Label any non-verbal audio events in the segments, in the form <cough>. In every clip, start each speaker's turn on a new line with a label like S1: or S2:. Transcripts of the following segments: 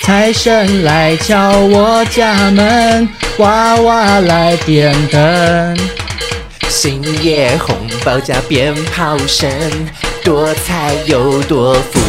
S1: 财神来敲我家门，娃娃来点灯。
S2: 新夜红包加鞭炮声，多财又多福。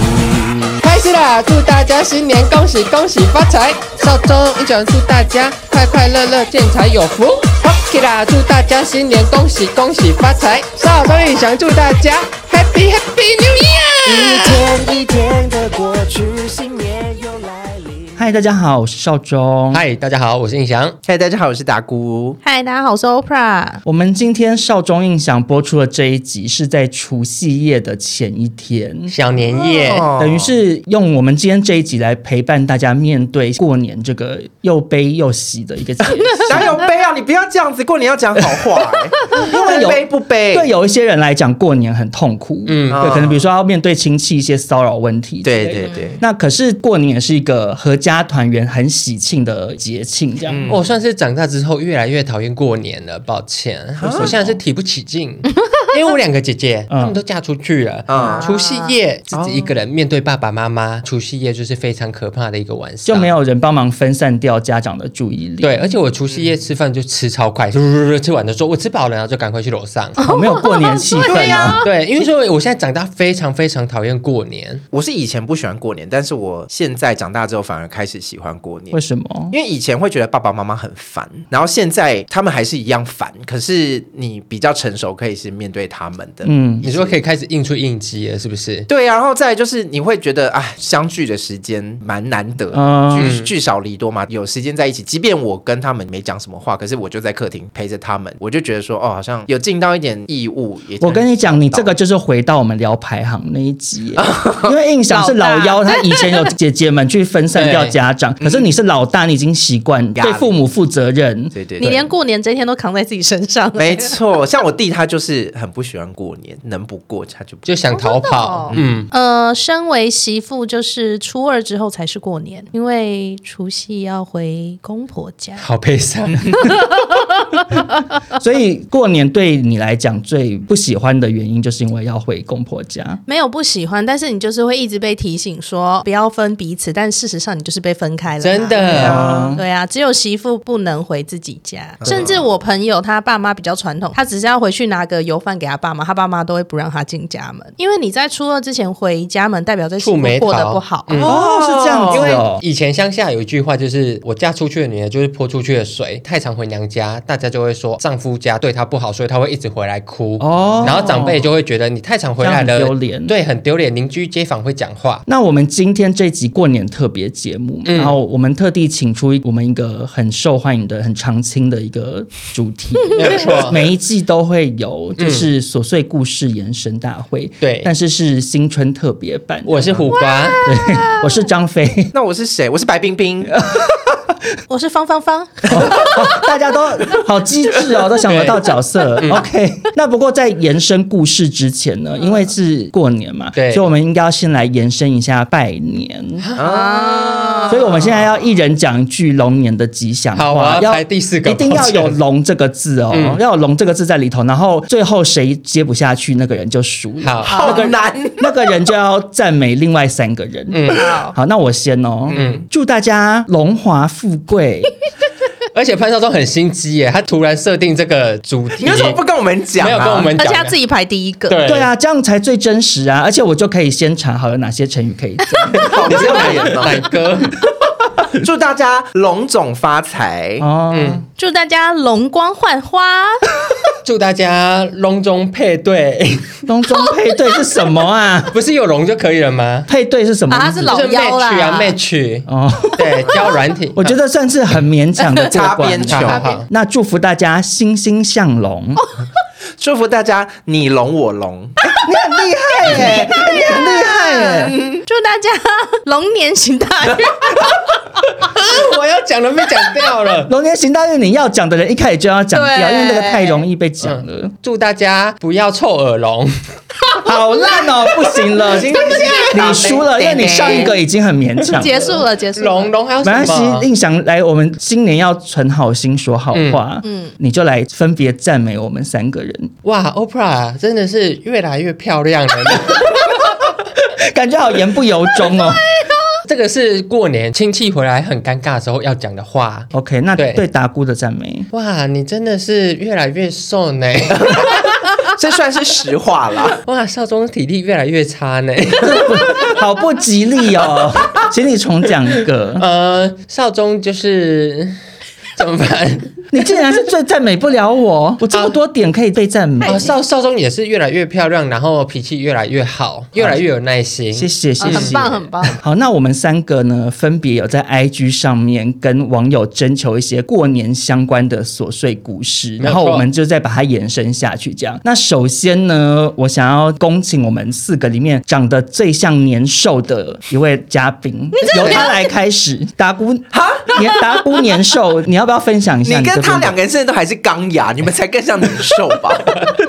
S3: 开始啦！祝大家新年恭喜恭喜发财！少中一想祝大家快快乐乐，健财有福。OK 啦！祝大家新年恭喜恭喜发财！少中一想祝大家 Happy Happy New Year！
S2: 天一天的过去，新年又来临。
S1: 嗨，大家好，我是少中。
S4: 嗨，大家好，我是印翔。
S2: 嗨，大家好，我是达姑。
S5: 嗨，大家好，我是 OPRA。
S1: 我们今天少中印象播出的这一集是在除夕夜的前一天。
S4: 小年夜，
S2: 哦
S4: <laughs>
S1: 等于是用我们今天这一集来陪伴大家面对过年这个又悲又喜的一个节日。
S2: 哪有悲啊？你不要这样子，过年要讲好话、
S4: <laughs>
S2: 欸，因
S1: 为有
S2: 悲不
S4: 哎
S2: 悲？
S1: 对有一些人来讲，过年很痛苦，嗯，对，可能比如说要面对亲戚一些骚扰问题，
S2: 对对对，
S1: 那可是过年也是一个合家团圆、很喜庆的节庆，这样。
S2: 嗯
S4: 我、嗯哦算是长大之后越来越讨厌过年了，抱歉，我现在是提不起劲， <laughs> 因为我两个姐姐
S1: 嗯
S4: 她们都嫁出去了，
S2: 嗯
S4: 除夕夜自己一个人面对爸爸妈妈，除夕夜就是非常可怕的一个晚
S1: 就
S4: 上，
S1: 没有人帮忙分散掉家长的注意力。
S4: 对，而且我除夕夜吃饭就吃超快，
S1: 嗯
S4: 吃完就说我吃饱了，然后就赶快去楼上。
S1: 我没有过年气氛哦。
S4: <laughs> 对，啊因为说我现在长大非常非常讨厌过年，
S2: 我是以前不喜欢过年，但是我现在长大之后反而开始喜欢过年
S1: 为。什么？
S2: 因为以前会觉得爸爸妈妈很烦，然后现在他们还是一样烦，可是你比较成熟，可以是面对他们的。
S1: 嗯，
S4: 你说可以开始应出应激了，是不是？
S2: 对啊，然后再来就是你会觉得啊，相聚的时间蛮难得，
S1: 嗯
S2: 聚聚少离多嘛，有时间在一起，即便我跟他们没讲什么话，可是我就在客厅陪着他们，我就觉得说，哦，好像有尽到一点义务。也
S1: 我跟你讲，你这个就是回到我们聊排行那一集
S2: <laughs>
S1: 耶，因为印象是老幺，他以前有姐姐们去分散
S2: <laughs>
S1: 掉家长，可是你是老大，你已经习惯
S2: 嗯压力
S1: 对父母负责任。
S2: 对对
S5: 你
S2: 对。
S5: 连过年这一天都扛在自己身上、
S2: 没错，像我弟他就是很不喜欢过年，能不过他就不
S4: 就想逃跑，
S5: 哦真的哦
S4: 嗯，
S5: 呃，身为媳妇，就是初二之后才是过年，因为除夕要回公婆家。
S4: 好悲伤。 <laughs>
S1: 所以过年对你来讲最不喜欢的原因，就是因为要回公婆家。
S5: 没有不喜欢，但是你就是会一直被提醒说不要分彼此，但事实上你就是被分开了。
S4: 真的
S5: 对啊，对啊，只有媳妇不能回自己家，
S4: 啊
S5: 甚至我朋友他爸妈比较传统，他只是要回去拿个油饭给他爸妈，他爸妈都会不让他进家门，因为你在初二之前回家门，代表这媳
S4: 触
S5: 妇
S4: 眉
S5: 过得
S4: 头
S5: 不好。
S1: 哦，是这样子
S4: 因为
S1: 哦。
S4: 嗯以前乡下有一句话，就是我嫁出去的女人就是泼出去的水，太常回娘家，大家就会说丈夫家对她不好，所以她会一直回来哭。
S1: 哦
S4: 然后长辈就会觉得你太常回来
S1: 这
S4: 了，
S1: 样很丢脸
S4: 对，很丢脸。邻居街坊会讲话，
S1: 那我们今天这集过年特别节目，
S4: 嗯
S1: 然后我们特地请出我们一个很受欢迎的、很常青的一个主题，
S4: <laughs> 没有错嗯
S1: 每一季都会有，就是琐碎故事延伸大会，
S4: 对
S1: 但是是新春特别版。
S4: 我是虎瓜，
S1: 对，我是张
S4: <laughs>
S1: 飞，
S2: 那我是谁？我是白冰冰，
S5: 我是方方方，
S1: <laughs> 大家都好机智哦，都想得到角
S4: <laughs>
S1: 色。OK，那
S4: 嗯
S1: 不过在延伸故事之前呢，因为是过年嘛，
S4: 对
S1: 所以我们应该要先来延伸一下拜年。
S5: 啊
S1: 所以我们现在要一人讲一句龙年的吉祥话，
S4: 好我要
S1: 要
S4: 排第四个
S1: 一定要
S4: 抱歉嗯
S1: 有“龙”这个字哦，要有“龙”这个字在里头，然后最后谁接不下去，那个人就输了。
S4: 好，
S2: 好难。
S1: 那个人就要赞美另外三个人。嗯，好，那我先哦。嗯，祝大家荣华富
S4: <laughs>
S1: 贵。
S4: 而且潘少忠很心机耶，他突然设定这个主题，
S2: 你为什么不跟我们讲、啊？
S4: 没有跟我们
S5: 而
S4: 讲
S5: 且
S4: 啊？
S5: 他自己排第一个。
S4: 对
S1: 对啊，这样才最真实啊！而且我就可以先查好有哪些成语可以
S5: <laughs>
S1: 讲。
S2: <laughs> 好
S4: 你是
S2: 丢
S4: 奶
S2: 脸哦！
S4: 奶哥，
S2: 祝大家龙总发财。
S5: 嗯
S1: 哦，
S5: 祝大家龙光焕花，
S4: 祝大家隆中配对， <laughs>
S1: 龙中配对是什么啊？ <laughs>
S4: 不是有龙就可以了吗？
S1: 配对是什么意思？
S5: 啊他是老
S4: 就是
S5: 妖啦
S4: match
S5: <laughs>
S4: 啊 match，
S1: 哦，
S4: 对，交软体，
S1: <laughs> 我觉得算是很勉强的过
S2: 擦
S1: 关
S2: 边
S1: 了。
S2: 球，
S4: 好好
S1: 那祝福大家欣欣向荣，
S2: 祝福大家你龙我龙，
S1: 很厉害耶！
S5: 祝大家龙年行大运。
S4: 啊我要讲的被讲掉了。
S1: 龙年行大运，你要讲的人一开始就要讲掉，
S5: 对嗯
S1: 因为那个太容易被讲了，
S4: 祝大家不要臭耳聋，
S1: 好烂哦，不行
S5: <laughs>
S1: 了，
S2: 行
S1: 你输了，因为你上一个已经很勉强了
S5: <laughs> 结束。 <laughs> 了，结束了
S4: 聋聋还有
S1: 没
S4: 什
S1: 关系，
S4: 么？
S1: 印象来，我们新年要存好心，说好话，嗯，你就来分别赞美我们三个人，
S4: 哇，OPRA 真的
S1: <laughs>
S4: 是越来越漂亮了。
S1: 感觉好言不由衷哦。
S4: 这个是过年亲戚回来很尴尬的时候要讲的话。
S1: OK，那
S4: 对
S1: 对达姑的赞美， <laughs>
S4: 哇，你真的是越来越瘦呢！
S2: 这算是实话啦。
S4: 哇，少中体力越来越差呢。
S1: 好不吉利哦，请你重讲一个。
S4: 呃，少中就是怎么办？
S1: 你竟然是最赞美不了我，我这么多点可以被赞美
S4: 啊、，少少中也是越来越漂亮，然后脾气越来越好，越来越有耐心。
S1: 谢谢谢
S5: 啊很
S1: 谢。
S5: 棒很 <laughs> 棒。
S1: 好，那我们三个呢，分别有在 IG 上面跟网友征求一些过年相关的琐碎故事，
S4: 错
S1: 然后我们就再把它延伸下去。这样，那首先呢，我想要恭请我们四个里面长得最像年兽的一位嘉宾，由他来开始。达姑哈，年达姑年兽，你要不要分享一下
S2: 你
S1: 这边
S2: 跟他
S1: 的
S2: 两个人现在都还是钢牙，你们才更像年兽
S1: <laughs>
S2: 吧？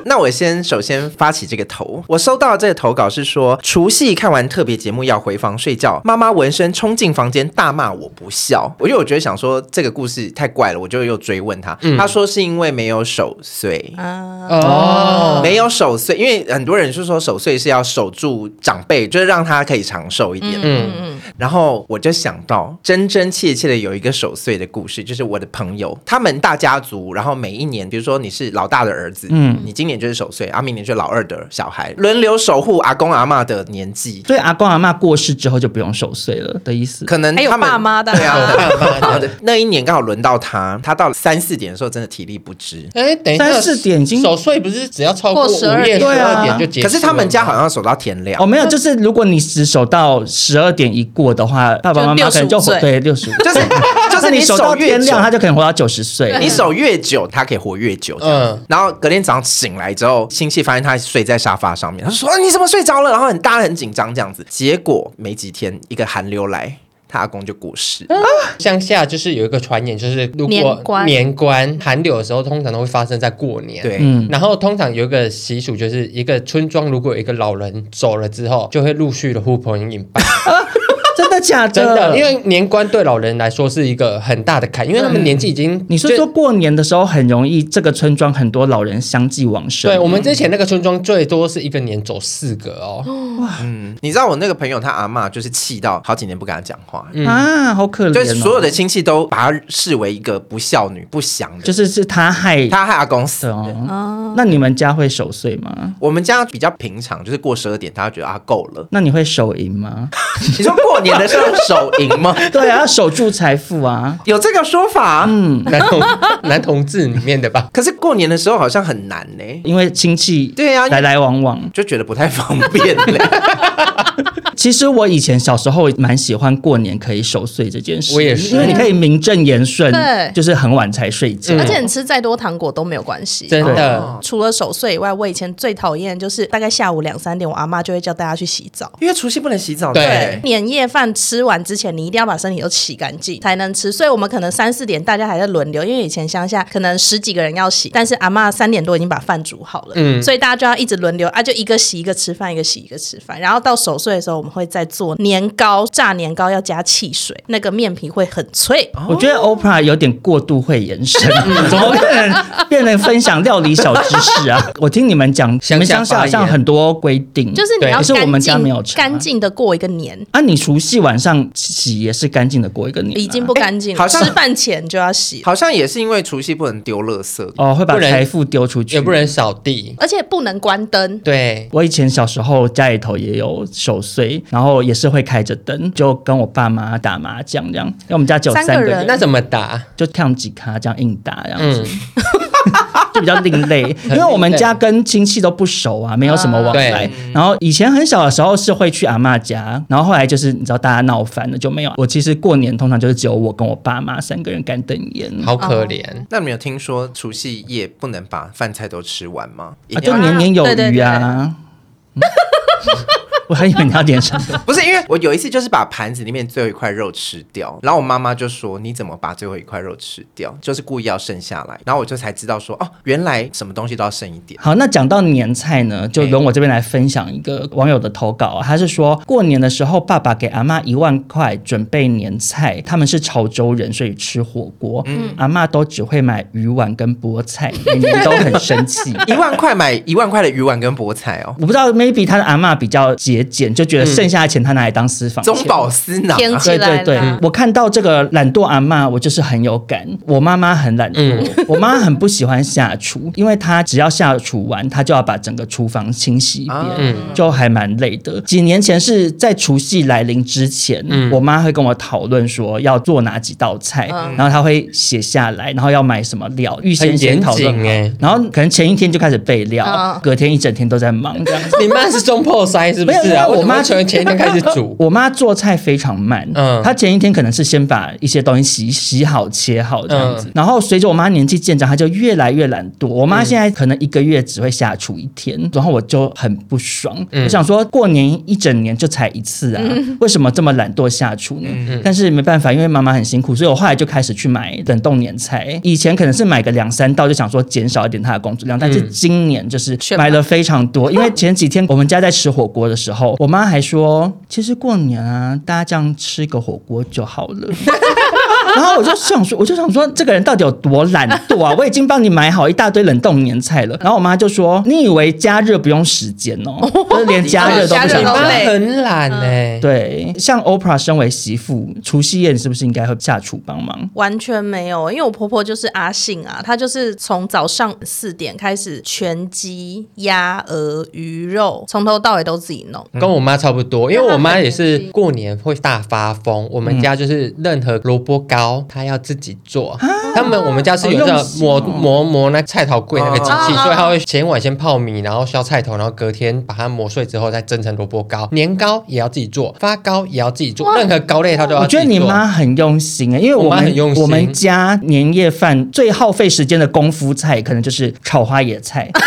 S2: 那我先首先发起这个头，我收到的这个投稿是说，除夕看完特别节目要回房睡觉，妈妈闻声冲进房间大骂我不孝。我因为我觉得想说这个故事太怪了，我就又追问他，
S1: 嗯
S2: 他说是因为没有守岁。
S5: 啊，
S4: 哦，
S2: 没有守岁，因为很多人是说守岁是要守住长辈，就是让他可以长寿一点。
S5: 嗯嗯，
S2: 然后我就想到，真真切切的有一个守岁的故事，就是我的朋友，他们大家族，然后每一年，比如说你是老大的儿子，嗯，你今年就是守岁，啊，明年就是老二的小孩，轮流守护阿公阿嬷的年纪。
S1: 所以阿公阿妈过世之后就不用守岁了的意思。
S2: 可能
S5: 还有
S2: 他们
S5: 爸妈的
S2: 对啊，
S4: 爸妈的
S2: 爸妈的那一年刚好轮到他，他到三四点的时候真的体力不支，
S4: 哎，等一下，
S1: 三四点已经
S4: 守岁不是只要超过
S5: 过12
S4: 午夜
S5: 点
S4: 十
S1: 对
S4: 二
S1: 啊
S4: 点就结束
S2: 可
S4: 了吗
S2: 是他们家好像守到天亮
S1: 哦，。没有，就是如果你只守到十二点一过的话，爸爸妈妈可能就
S5: 就65岁
S1: 活对六十， <laughs>
S2: 就是就是
S1: 你
S2: 你
S1: 守
S2: 守
S1: 到
S2: 越
S1: 天亮，
S2: 久
S1: 他就可能活到九十岁。
S2: 你守越久，他可以活越久。嗯
S4: 嗯，
S2: 然后隔天早上醒来之后，亲戚发现他睡在沙发上面，他就说：“啊、你怎么睡着了？”然后很大很紧张这样子。结果没几天，一个寒流来，他阿公就过世。
S1: 嗯
S4: 乡下就是有一个传言，就是如
S5: 年
S4: 果
S5: 关
S4: 年关寒流的时候，通常都会发生在过年。。
S2: 对，
S1: 嗯，
S4: 然后通常有一个习俗，就是一个村庄如果有一个老人走了之后，就会陆续的呼朋引伴。
S1: <laughs> <laughs> 真的假
S4: 真
S1: 的？
S4: 的，因为年关对老人来说是一个很大的坎，因为他们年纪已经
S1: 嗯你是
S4: 就
S1: 说过年的时候很容易，这个村庄很多老人相继往生。
S4: 对，我们之前那个村庄最多是一个年走四个哦，
S2: 嗯，你知道我那个朋友他阿嬷就是气到好几年不跟他讲话，
S1: 啊，好可怜、哦。
S2: 就是所有的亲戚都把他视为一个不孝女、不祥的，
S1: 就是是他害
S2: 他害阿公死
S1: 的
S2: 的。
S1: 哦。那你们家会守岁吗？
S2: 我们家比较平常，就是过十二点，他就觉得啊够了。
S1: 那你会守营吗？
S2: 你说过年的时候守营
S1: <laughs>
S2: 吗？
S1: 对啊，要守住财富啊。
S2: 有这个说法？嗯，
S4: 男同 <laughs> 男同志里面的
S1: <laughs>
S4: 吧。
S2: 可是过年的时候好像很难呢、
S1: 因为亲戚
S2: 对啊
S1: 来来往往，
S2: 就觉得不太方便嘞。
S1: 其实我以前小时候也蛮喜欢过年可以守岁这件事，
S4: 我也是
S1: 因为你可以名正言顺，
S5: 对
S1: 就是很晚才睡觉。
S5: 而且你吃再多糖果都没有关系。
S4: 真的，
S1: 哦
S5: 除了守岁以外，我以前最讨厌就是大概下午两三点，我阿妈就会叫大家去洗澡。
S2: 因为除夕不能洗澡，
S4: 对
S2: 对不
S5: 年夜饭吃完之前，你一定要把身体都洗干净才能吃。所以我们可能三四点大家还在轮流，因为以前乡下可能十几个人要洗，但是阿嬷三点多已经把饭煮好了，
S2: 嗯
S5: 所以大家就要一直轮流啊，就一个洗一个吃饭，一个洗一个吃饭。然后到守岁的时候，我们会再做年糕，炸年糕要加汽水，那个面皮会很脆。
S2: 哦
S1: 我觉得
S4: 哦
S1: Oprah 有点过度会延
S4: <laughs>
S1: 伸， <laughs> 怎么变成变成分享料理小知识
S4: <laughs>
S1: 啊？我听你们讲，你
S4: 乡
S1: 们
S4: 下
S1: 乡下好
S4: 发言
S1: 像很多规定，
S5: 就是你要
S1: 可是我
S5: 干
S1: 们家没有
S5: 净
S1: 查
S5: 干。净的过一个年，
S1: 啊，你除夕晚上洗也是干净的过一个年啊、
S5: 已经不干净
S2: 哎
S5: 了，
S2: 好像
S5: 吃饭前就要洗
S2: 对？，好像也是因为除夕不能丢垃圾。
S1: 哦，会把
S4: 不能
S1: 财富丢出去，
S4: 也不能扫地。
S5: 而且不能关灯。
S4: 对，
S1: 我以前小时候家里头也有守岁，然后也是会开着灯，就跟我爸妈打麻将这样。因为我们家只有
S5: 三
S1: 三
S5: 个
S1: 个人，
S5: 人
S4: 那怎么打？
S1: 就跳几卡这样硬打这样
S4: 嗯
S1: 子。就比较另 <laughs> 类，因为我们家跟亲戚都不熟啊，没有什么往来
S4: 对。
S1: 然后以前很小的时候是会去阿嬷家，然后后来就是你知道大家闹翻了就没有。我其实过年通常就是只有我跟我爸妈三个人干瞪眼，
S4: 好可
S1: 哦
S4: 怜。
S2: 那你们有听说除夕夜不能把饭菜都吃完吗？一
S1: 啊，就
S2: 定要
S1: 年年有
S5: 对对
S1: 余啊。嗯 <laughs> 我还以为你要点什么。
S2: <laughs> 不是因为我有一次就是把盘子里面最后一块肉吃掉，然后我妈妈就说你怎么把最后一块肉吃掉？就是故意要剩下来，然后我就才知道说哦，原来什么东西都要剩一
S1: <laughs>
S2: 点。
S1: 好，那讲到年菜呢，就由我这边来分享一个网友的投稿、啊，他是说过年的时候，爸爸给阿妈一万块准备年菜，他们是潮州人，所以吃火锅，阿妈都只会买鱼丸跟菠菜，每年都很生气。
S2: 一万块买一万块的鱼丸跟菠菜哦，
S1: 我不知道，maybe 他的阿妈比较节节俭，就觉得剩下的钱他拿来当私房钱。
S2: 中饱私囊、
S5: 天
S2: 啊。
S5: 气
S1: 对对
S5: 来
S1: 对
S5: 了，，
S1: 我看到这个懒惰阿嬷，我就是很有感。我妈妈很懒惰，
S5: 嗯
S1: 我妈很不喜欢下厨，因为她只要下厨完，她就要把整个厨房清洗一遍，
S2: 啊
S1: 就还蛮累的。几年前是在除夕来临之前，我妈会跟我讨论说要做哪几道菜，
S5: 嗯
S1: 然后她会写下来，然后要买什么料，预先
S4: 很
S1: 先
S4: 严
S1: 讨论
S4: 谨
S1: 好。
S4: 哎，
S1: 然后可能前一天就开始备料，
S5: 嗯
S1: 隔天一整天都在忙这样子。
S4: 你妈是中破塞是不
S1: 没
S4: 是
S1: 有没
S4: 啊？
S1: 有
S4: 为
S1: 我
S4: 什么
S1: 妈
S4: 从前一天开始
S1: <laughs>
S4: 煮，
S1: 我妈做菜非常慢，
S4: 嗯
S1: 她前一天可能是先把一些东西洗洗好、切好这样子，
S4: 嗯
S1: 然后随着我妈年纪渐长，她就越来越懒惰。我妈现在可能一个月只会下厨一天，然后我就很不爽，我想说过年一整年就才一次啊，为什么这么懒惰下厨呢？但是没办法，因为妈妈很辛苦，所以我后来就开始去买冷冻年菜。以前可能是买个两三道，就想说减少一点她的工作量，但是今年就是
S5: 全
S1: 买了非常多，因为前几天我们家在吃火锅的时候，我妈还说，其实过年啊，大家这样吃个火锅就好了。然后我就想说，我就想说，这个人到底有多懒惰啊！我已经帮你买好一大堆冷冻年菜了。然后我妈就说：“你以为加热不用时间哦？就是连加热都不想
S5: 加热
S4: 你
S5: 都
S1: 加
S4: 妈
S5: 累
S4: 很懒
S1: 嗯
S4: 哎。
S1: 对，像 Oprah 身为媳妇，除夕夜你是不是应该会下厨帮忙？
S5: 完全没有，因为我婆婆就是阿信啊，她就是从早上四点开始全鸡、鸭、鹅、鱼肉，从头到尾都自己弄。
S4: 跟我妈差不多，因为我妈也是过年会大发疯。我
S1: 嗯
S4: 们家就是任何萝卜糕，她要自己做。他们我们家是有
S1: 啊好
S4: 那
S1: 用
S4: 个
S1: 心哦嗯
S4: 磨磨磨那菜头柜那个机器，
S5: 哦
S4: 所以她会前一晚先泡米，然后削菜头，然后隔天把它磨碎之后再蒸成萝卜糕。年糕也要自己做，发糕也要自己做，任何糕类她都要
S1: 我
S4: 自己
S1: 觉得
S4: 做。
S1: 你妈很用心哎、因为我
S4: 我妈
S1: 们
S4: 很用心
S1: 我们家年夜饭最耗费时间的功夫菜，可能就是炒花野菜。
S5: <laughs>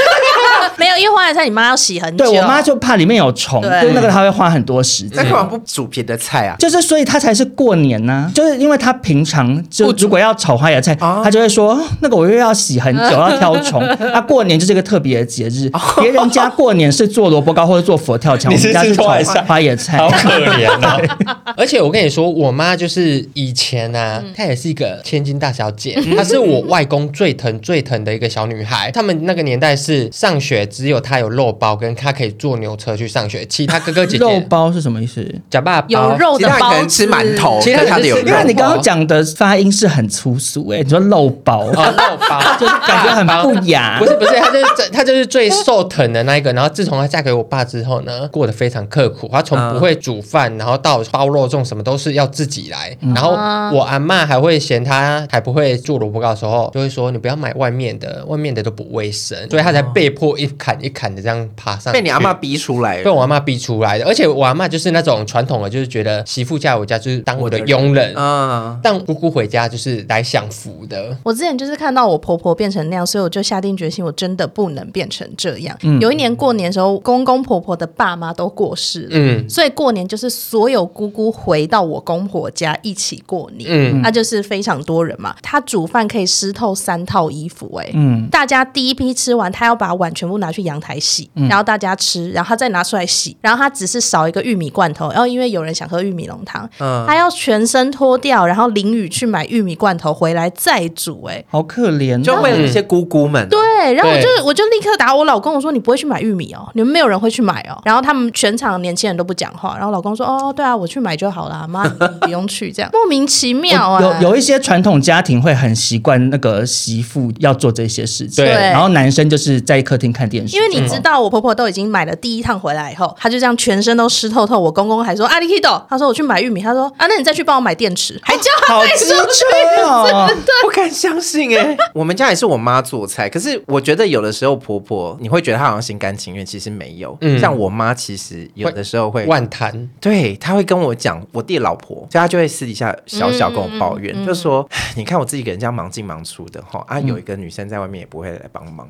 S5: 没有，因为花椰菜你妈要洗很久。
S1: 对我妈就怕里面有虫，
S5: 对
S1: 就那个她会花很多时
S2: 那
S1: 间
S2: 干。嘛不煮别的菜啊？
S1: 就是，所以她才是过年呢、就是因为她平常就如果要炒花椰菜，
S2: 哦
S1: 她就会说那个我又要洗很久，要挑
S4: <laughs>
S1: 虫。她过年就是一个特别的节日，
S4: 哦
S1: 别人家过年是做萝卜糕或者做佛跳
S4: <laughs>
S1: 墙，我
S4: 你是
S1: 们家是
S4: 吃
S1: 炒
S4: 花椰菜
S1: 花椰菜。
S4: 好可怜哦！ <laughs> 而且我跟你说，我妈就是以前啊，
S5: 嗯
S4: 她也是一个千金大小姐，她是我外公最疼最疼的一个小女孩。他们那个年代是上学只有她有肉包，跟她可以坐牛车去上学，其他哥哥姐
S1: 肉
S4: 姐
S1: 包是什么意思？
S4: 假爸
S5: 有
S4: 包。
S5: 肉
S2: 其
S5: 的
S2: 他人可
S5: 包
S2: 能
S5: 子
S2: 吃馒头，
S4: 其他人
S2: 可是的有
S4: 是
S1: 因为你
S2: 肉
S1: 刚刚讲的发音是很粗俗哎、你说肉包，
S4: 哦，肉包
S1: 就是感觉很不雅
S4: <laughs> 不。
S2: 啊
S4: 是不是，她就是最她就是最受疼的那一个。然后自从她嫁给我爸之后呢，过得非常刻苦。她从不会煮饭，然后到包肉粽什么都是要自己来。
S2: 嗯
S4: 然后我阿嬷还会嫌她还不会做萝卜糕的时候，就会说你不要买外面的，外面的都不卫生，所以她才被迫一砍一砍的这样爬上去。
S2: 被你阿妈逼出来
S4: 被。我阿妈逼出来的，而且我阿妈就是那种传统的，就是觉得媳妇嫁我家就是当我的佣人，
S2: 嗯，
S4: 但姑姑回家就是来享福的。
S5: 我之前就是看到我婆婆变成那样，所以我就下定决心，我真的不能变成这样。
S2: 嗯
S5: 有一年过年的时候，公公婆婆的爸妈都过世了，
S4: 嗯
S5: 所以过年就是所有姑姑回到我公婆家一起过年。
S4: 嗯，
S5: 那就是非常多人嘛，她煮饭可以湿透三套衣服、哎，
S1: 嗯，
S5: 大家第一批吃完，她要把碗全部拿去阳台洗，然后大家吃，然后她再拿出来洗，然后她只是少一个玉米罐头，然后因为有人想喝玉米浓汤，
S2: 嗯
S5: 她要全身脱掉，然后淋雨去买玉米罐头回来再煮、哎。
S1: 好可怜、哦，
S2: 就会有一些姑姑们，
S5: 对，然后我就
S4: 对
S5: 我就立刻打我老公，我说你不会去买玉米哦，你们没有人会去买哦。然后他们全场的年轻人都不讲话，然后老公说哦，对啊，我去买就好啦，妈你不用去这样， <laughs> 莫名其妙啊。
S1: 有有一些传统家庭会很习惯那个媳妇要做这些事情，
S4: 对
S1: 然后男生就是在客厅看电视，
S5: 因为你知道，我婆婆都已经买了第一趟回来以后，她就这样全身都湿透透。我公公还说：“啊，你 Kido，她说我去买玉米，她说啊，那你再去帮我买电池，还叫她
S1: 好
S5: 再
S1: 机
S5: 说
S1: 车哦，
S2: 不敢相信哎、 <laughs> 我们家也是我妈做菜，可是我觉得有的时候婆婆，你会觉得她好像心甘情愿，其实没有。
S4: 嗯
S2: 像我妈其实有的时候会
S4: 万谈
S2: 对，他会跟我讲我弟的老婆，所以他就会私底下小小跟我抱怨，就说：“ <sighs> 唉你看我自己一个人这样忙进忙出的哈，啊，有一个女生在外面也不会来帮忙。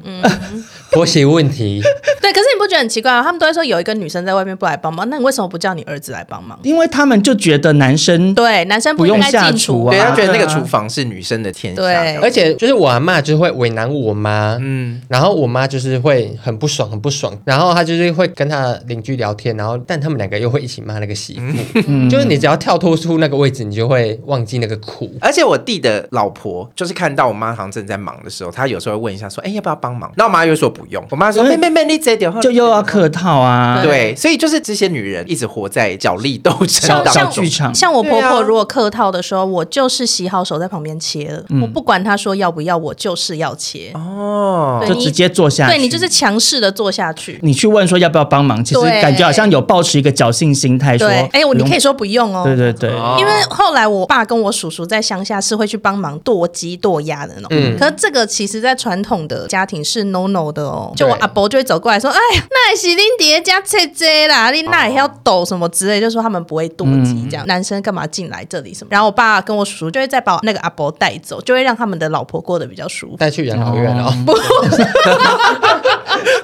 S4: 婆媳问题。
S5: 对，可是你不觉得很奇怪吗？他们都会说有一个女生在外面不来帮忙，那你为什么不叫你儿子来帮忙？
S1: 因为他们就觉得男生
S5: 对，男生
S1: 不
S5: 应
S1: 用
S5: 该
S1: 下
S5: 进
S1: 厨
S5: 厨
S1: 啊
S2: 对他觉得那个
S1: 对
S2: 厨房是女生的天下。
S5: 对
S2: 这样
S4: 而且就是我阿嬷就是会为难我妈，
S2: 嗯，
S4: 然后我妈就是会很不爽，很不爽，然后她就是会跟她邻居聊天，然后但他们两个又会一起骂那个媳妇，就是你只要跳脱出那个位置，你就会忘记那个苦。
S2: 而且我弟的老婆就是看到我妈好像正在忙的时候，她有时候会问一下说：“哎、要不要帮忙？”那我妈又说不用。我妈说：“
S1: 因
S2: 妹
S1: 为
S2: 妹妹，你这点
S1: 就又要客套啊，
S2: 对，所以就是这些女人一直活在角力斗争
S5: 像
S2: 当
S5: 像
S2: 中
S1: 剧。场
S5: 像我婆
S2: 对啊
S5: 婆如果客套的时候，我就是洗好手在旁边切了，
S1: 嗯
S5: 我不管她说要不要，我就是要切。
S2: 哦，
S5: 对
S1: 就
S5: 你
S1: 直接坐下去。
S5: 对你就是强势的做下去。
S1: 你去问说要不要帮忙，其实
S5: 对
S1: 感觉好像有抱持一个侥幸心态，说
S5: 对，哎、我
S1: 不
S5: 你
S1: 用
S5: 可以说不用哦。
S1: 对对对，
S2: 哦
S5: 因为后来我爸跟我叔叔在乡下是会去帮忙剁鸡剁鸭的那种，
S1: 嗯
S5: 可是这个其实，在传统的家庭是 no no 的哦。就我
S4: 对
S5: 阿伯就会走过来说：“哎呀，那是恁爹家切切啦，你那也要抖什么之类。”就说他们不会剁鸡这样，
S1: 嗯
S5: 男生干嘛进来这里什么？然后我爸跟我叔叔就会再把那个阿伯带走，就会让他们的老婆过得比较舒服。
S4: 带去养老院哦。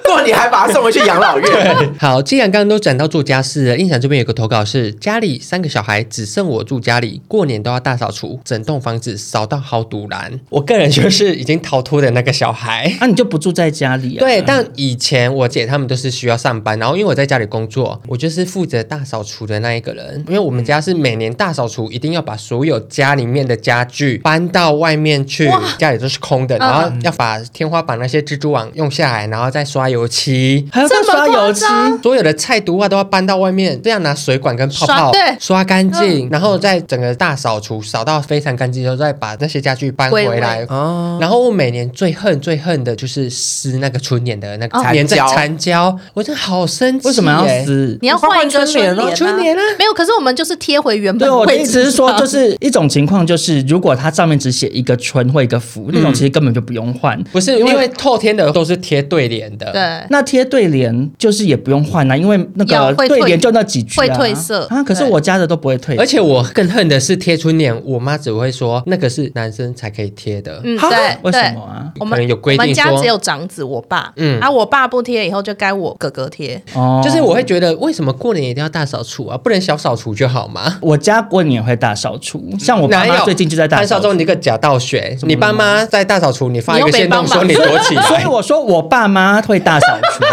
S2: 过年还把她送回去养老院，
S4: 好，既然刚刚都讲到做家事了，印象这边有个投稿是：家里三个小孩，只剩我住家里，过年都要大扫除，整栋房子扫到好堵然。我个人就是已经逃脱的那个小孩。
S1: 那、你就不住在家里啊？
S4: 对，但以前我姐他们都是需要上班，然后因为我在家里工作，我就是负责大扫除的那一个人。因为我们家是每年大扫除，一定要把所有家里面的家具搬到外面去，家里都是空的，然后要把天花板那些蜘蛛网用下来，然后再刷油漆。
S1: 还要再刷油漆，
S4: 所有的菜毒啊都要搬到外面，这样拿水管跟泡泡
S5: 刷对嗯
S4: 刷干净，然后再整个大扫除，扫到非常干净之后，再把那些家具搬
S5: 归
S4: 回来
S5: 位。
S2: 哦
S4: 然后我每年最恨最恨的就是撕那个春联的那个
S2: 哦
S4: 粘在
S2: 残胶
S4: 残胶，我真的好生气耶。
S1: 为什么要撕？
S5: 你要换一个春联、啊，
S4: 春联啊
S5: 没有，可是我们就是贴回原
S1: 哦对，
S5: 本
S1: 我的
S5: 位
S1: 意
S5: 置
S1: 思是说，
S5: 上
S1: 就是一种情况，就是如果它上面只写一个春或一个福，那种
S5: 嗯
S1: 其实根本就不用换。
S4: 不是因为透天的都是贴对联的，
S5: 对。
S1: 那贴对联就是也不用换啊啦、因为那个
S5: 有会
S1: 对
S5: 退
S1: 联就那几句、啊、
S5: 会褪色
S1: 啊。可是
S5: 对
S1: 我家的都不会退，
S4: 而且我更恨的是贴春联，我妈只会说那个是男生才可以贴的。
S5: 嗯，
S2: 哈
S5: 对，
S1: 为
S5: 对
S1: 什么啊？
S5: 我
S4: 可
S5: 们
S4: 能有规定
S5: 我们家
S4: 说
S5: 只有长子，我爸，
S4: 嗯
S5: 嗯，啊，我爸不贴，以后就该我哥哥贴。
S1: 哦，
S4: 就是我会觉得，为什么过年一定要大扫除啊？不能小扫除就好吗？
S1: 我家过年也会大扫除，像我爸
S4: 哪
S1: 妈
S4: 有
S1: 最近就在大
S4: 潘
S1: 扫
S4: 少
S1: 除嗯
S4: 忠，。你一个假道学，你爸妈在大扫除，你发一个线动说你躲起
S1: 所以
S4: 来。
S1: 我说我爸妈会大扫
S4: <laughs>
S1: 除、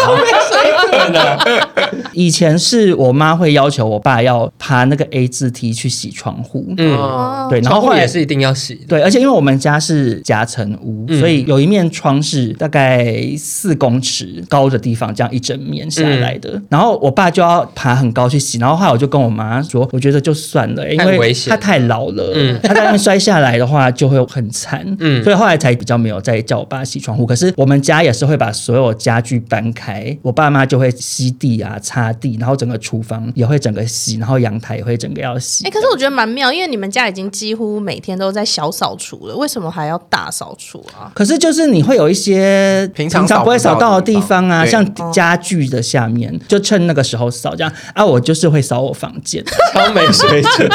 S1: 以前是我妈会要求我爸要爬那个 A 字梯去洗窗户，
S4: 嗯，
S2: 哦
S1: 对，然后
S4: 窗
S1: 后
S4: 户
S1: 来
S4: 也是一定要
S1: <laughs>
S4: 洗的。嗯
S1: 对，而且因为我们家是夹层屋，所以有一面窗是大概四公尺高的地方，这样一整面下来的。
S4: 嗯
S1: 然后我爸就要爬很高去洗，然后后来我就跟我妈说，我觉得就算了，因
S4: 太危
S1: 为
S4: 险嗯
S1: 他太老了， <laughs> 他在那边摔下来的话就会很惨，所以后来才比较没有再叫我爸洗窗户。可是我们家也是会把所有家具搬开，我爸妈就会吸地啊、擦地，然后整个厨房也会整个洗，然后阳台也会整个要洗。
S5: 哎、可是我觉得蛮妙，因为你们家已经几乎每天都在小扫除了，为什么还要大扫除啊？
S1: 可是就是你会有一些
S2: 平常
S1: 不会
S2: 扫
S1: 扫
S2: 不到
S1: 到
S2: 的
S1: 的
S2: 地
S1: 地
S2: 方
S1: 方啊，
S2: 对
S1: 像家具的下面，就趁那个时候扫。这样啊，我就是会扫我房间。
S4: 超没水准，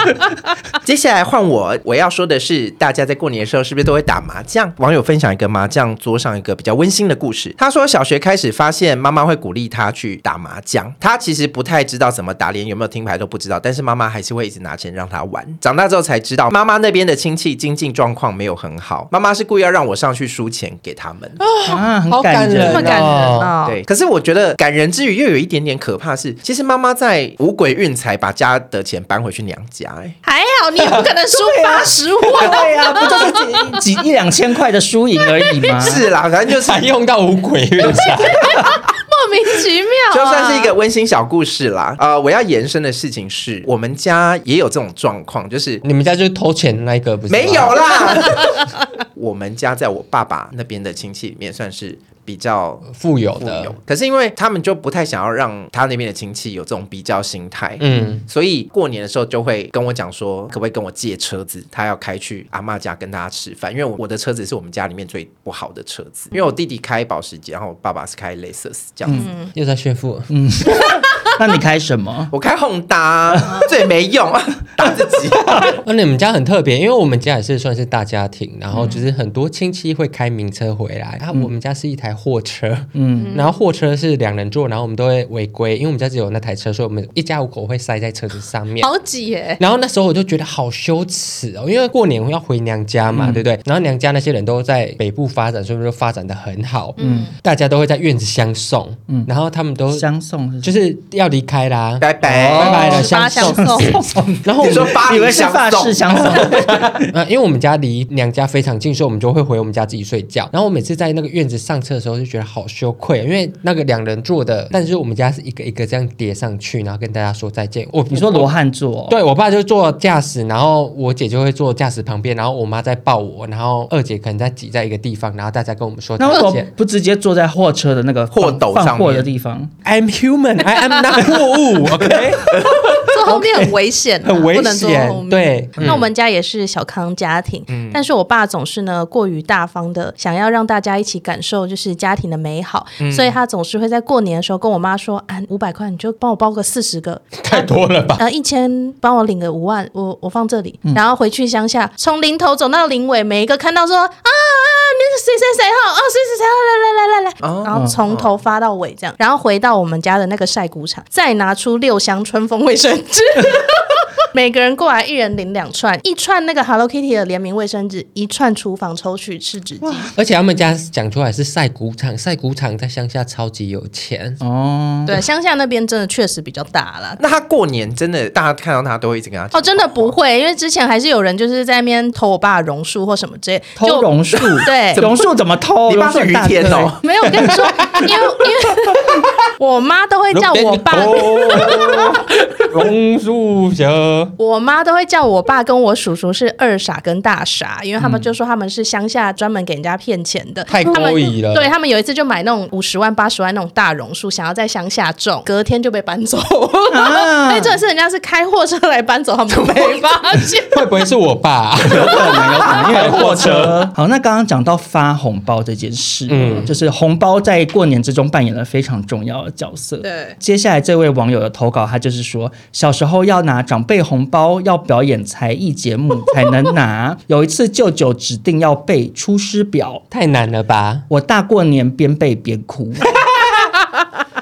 S2: 接下来换我，我要说的是，大家在过年的时候是不是都会打麻将？网友分享一个麻将桌上一个比较温馨的故事。他说，小学开始发现妈妈会鼓励他去打麻将，他其实不太知道怎么打，连有没有听牌都不知道，但是妈妈还是会一直拿钱让他玩。长大之后才知道，妈妈那边的亲戚经济状况没有很好，妈妈是故意要让我上去输钱给他们。
S1: 啊，很
S4: 好
S1: 感
S4: 感
S1: 人。
S4: 人
S5: 这么感人啊、
S2: 对，可是我觉得感人之余又有一点点可怕是，其实妈妈在五鬼运财把家的钱搬回去娘家、哎。
S5: 还好你也不可能输
S2: 啊
S5: 八
S2: <laughs>
S5: 十五。
S1: 对呀、不就是几几一两千块的输赢而已吗？
S2: <laughs> 是啦，反正
S4: <laughs>
S2: 就是
S4: 才用到五鬼月才。
S5: 莫名其妙、啊，
S2: 就算是一个温馨小故事啦。呃，我要延伸的事情是我们家也有这种状况，就是
S4: 你们家就是偷钱的那一个不是？
S2: 没有，啦。 <laughs> 我们家在我爸爸那边的亲戚里面算是比较。
S4: 富有
S2: 富
S4: 的
S2: 有。，可是因为他们就不太想要让他那边的亲戚有这种比较心态，
S4: 嗯，
S2: 所以过年的时候就会跟我讲说，可不可以跟我借车子？他要开去阿嬷家跟大家吃饭，因为我的车子是我们家里面最不好的车子，因为我弟弟开保时捷，然后我爸爸是开雷瑟斯这样子。
S4: 又在炫富，
S1: 嗯那你开什么？
S2: 我开宏达
S1: <laughs>
S2: 最没用， <laughs> 打自己。
S4: 那哦你们家很特别，因为我们家也是算是大家庭，然后就是很多亲戚会开名车回来，
S1: 嗯
S4: 然后我们家是一台货车，嗯，然后货车是两人座，然后我们都会违规，因为我们家只有那台车，所以我们一家五口会塞在车子上面。
S5: 好挤耶、
S4: 然后那时候我就觉得好羞耻哦，因为过年要回娘家
S5: 嗯
S4: 嘛，对不对？然后娘家那些人都在北部发展，所以就发展的很好，嗯，大家都会在院子相送，嗯，然后他们都
S1: 相送是什么
S4: 就是要要离开啦，
S2: 拜拜
S1: 哦
S4: 拜拜了，
S5: 哦八
S4: 相
S5: 相
S4: 送。
S5: 送，
S4: 然后我
S2: 你说
S4: 们
S2: 巴
S1: 以为
S2: 黎
S1: 是
S2: 相
S1: 法式
S2: 送，
S1: 相送，
S4: <laughs>
S2: <laughs>
S4: 呃，因为我们家离娘家非常近，所以我们就会回我们家自己睡觉。然后我每次在那个院子上车的时候，就觉得好羞愧，啊因为那个两人座的，但是我们家是一个一个这样叠上去，然后跟大家说再见。我
S1: 你说罗
S4: 我
S1: 汉座，哦
S4: 对我爸就坐驾驶，然后我姐就会坐驾驶旁边，然后我妈在抱我，然后二姐可能在挤在一个地方，然后大家跟我们说再
S1: 那为什么
S4: 见。
S1: 不直接坐在货车的那个
S2: 货
S1: 放
S2: 斗
S1: 放
S2: 上
S1: 货
S2: 面
S1: 的地方？
S4: I'm human, I am not <laughs> 货物，OK？
S5: 坐后面很危险
S4: <laughs>
S5: 啊，
S4: 很危
S5: 不能坐后
S4: 险，
S5: 面。嗯
S4: 对。
S5: 那我们家也是小康家庭，但是我爸总是呢过于大方的，想要让大家一起感受就是家庭的美好，所以他总是会在过年的时候跟我妈说：“啊，五百块你就帮我包个四十个，
S4: 太多了吧？
S5: 呃，一千帮我领个五万，我我放这里，
S1: 嗯
S5: 然后回去乡下，从零头走到零尾，每一个看到说啊啊，那是谁谁谁哦，哦谁谁谁哦，来来来来来，然后从头发到尾这样，然后回到我们家的那个晒谷场，再拿出六箱春风卫生纸。 <laughs> 每个人过来，一人领两串，一串那个 Hello Kitty 的联名卫生纸，一串厨房抽取湿纸巾。
S4: 而且他们家讲出来是晒谷场，晒谷场在乡下超级有钱，
S1: 哦，
S5: 对，乡下那边真的确实比较大啦，
S2: 那他过年真的，大家看到他都会一直跟他讲
S5: 哦，真的不会，因为之前还是有人就是在那边偷我爸的榕树或什么之类，
S1: 偷
S5: 就
S1: 榕树，
S5: 对
S1: 榕树怎么偷？
S2: 你爸
S1: 榕树
S2: 是
S1: 很
S2: 于
S1: 大
S2: 天
S1: 棵
S2: 哦，
S5: 没有，我跟你
S4: <laughs>
S5: 说，因为因为我妈都会叫我爸，
S4: 哦榕树下，
S1: <laughs>
S5: 我妈都会叫我爸跟我叔叔是二傻跟大傻，因为他们就说他们是乡下专门给人家骗钱的，
S4: 嗯太
S5: 他们
S4: 勾引了
S5: 对他们有一次就买那种五十万、八十万那种大榕树，想要在乡下种，隔天就被搬走。
S1: 啊
S5: <laughs> 哎，重点是人家是开货车来搬走，他们没发现。
S4: <laughs> 会不会是我爸、
S1: 有可能，有可能，因为有货车。 <laughs> 好，那刚刚讲到发红包这件事，嗯，就是红包在过年之中扮演了非常重要的角色。
S5: 对
S1: 接下来这位网友的投稿，他就是说，小时候要拿长辈红包，要表演才艺节目才能拿。有一次，舅舅指定要背《出师表》，
S4: 太难了吧？
S1: 我大过年边背边哭。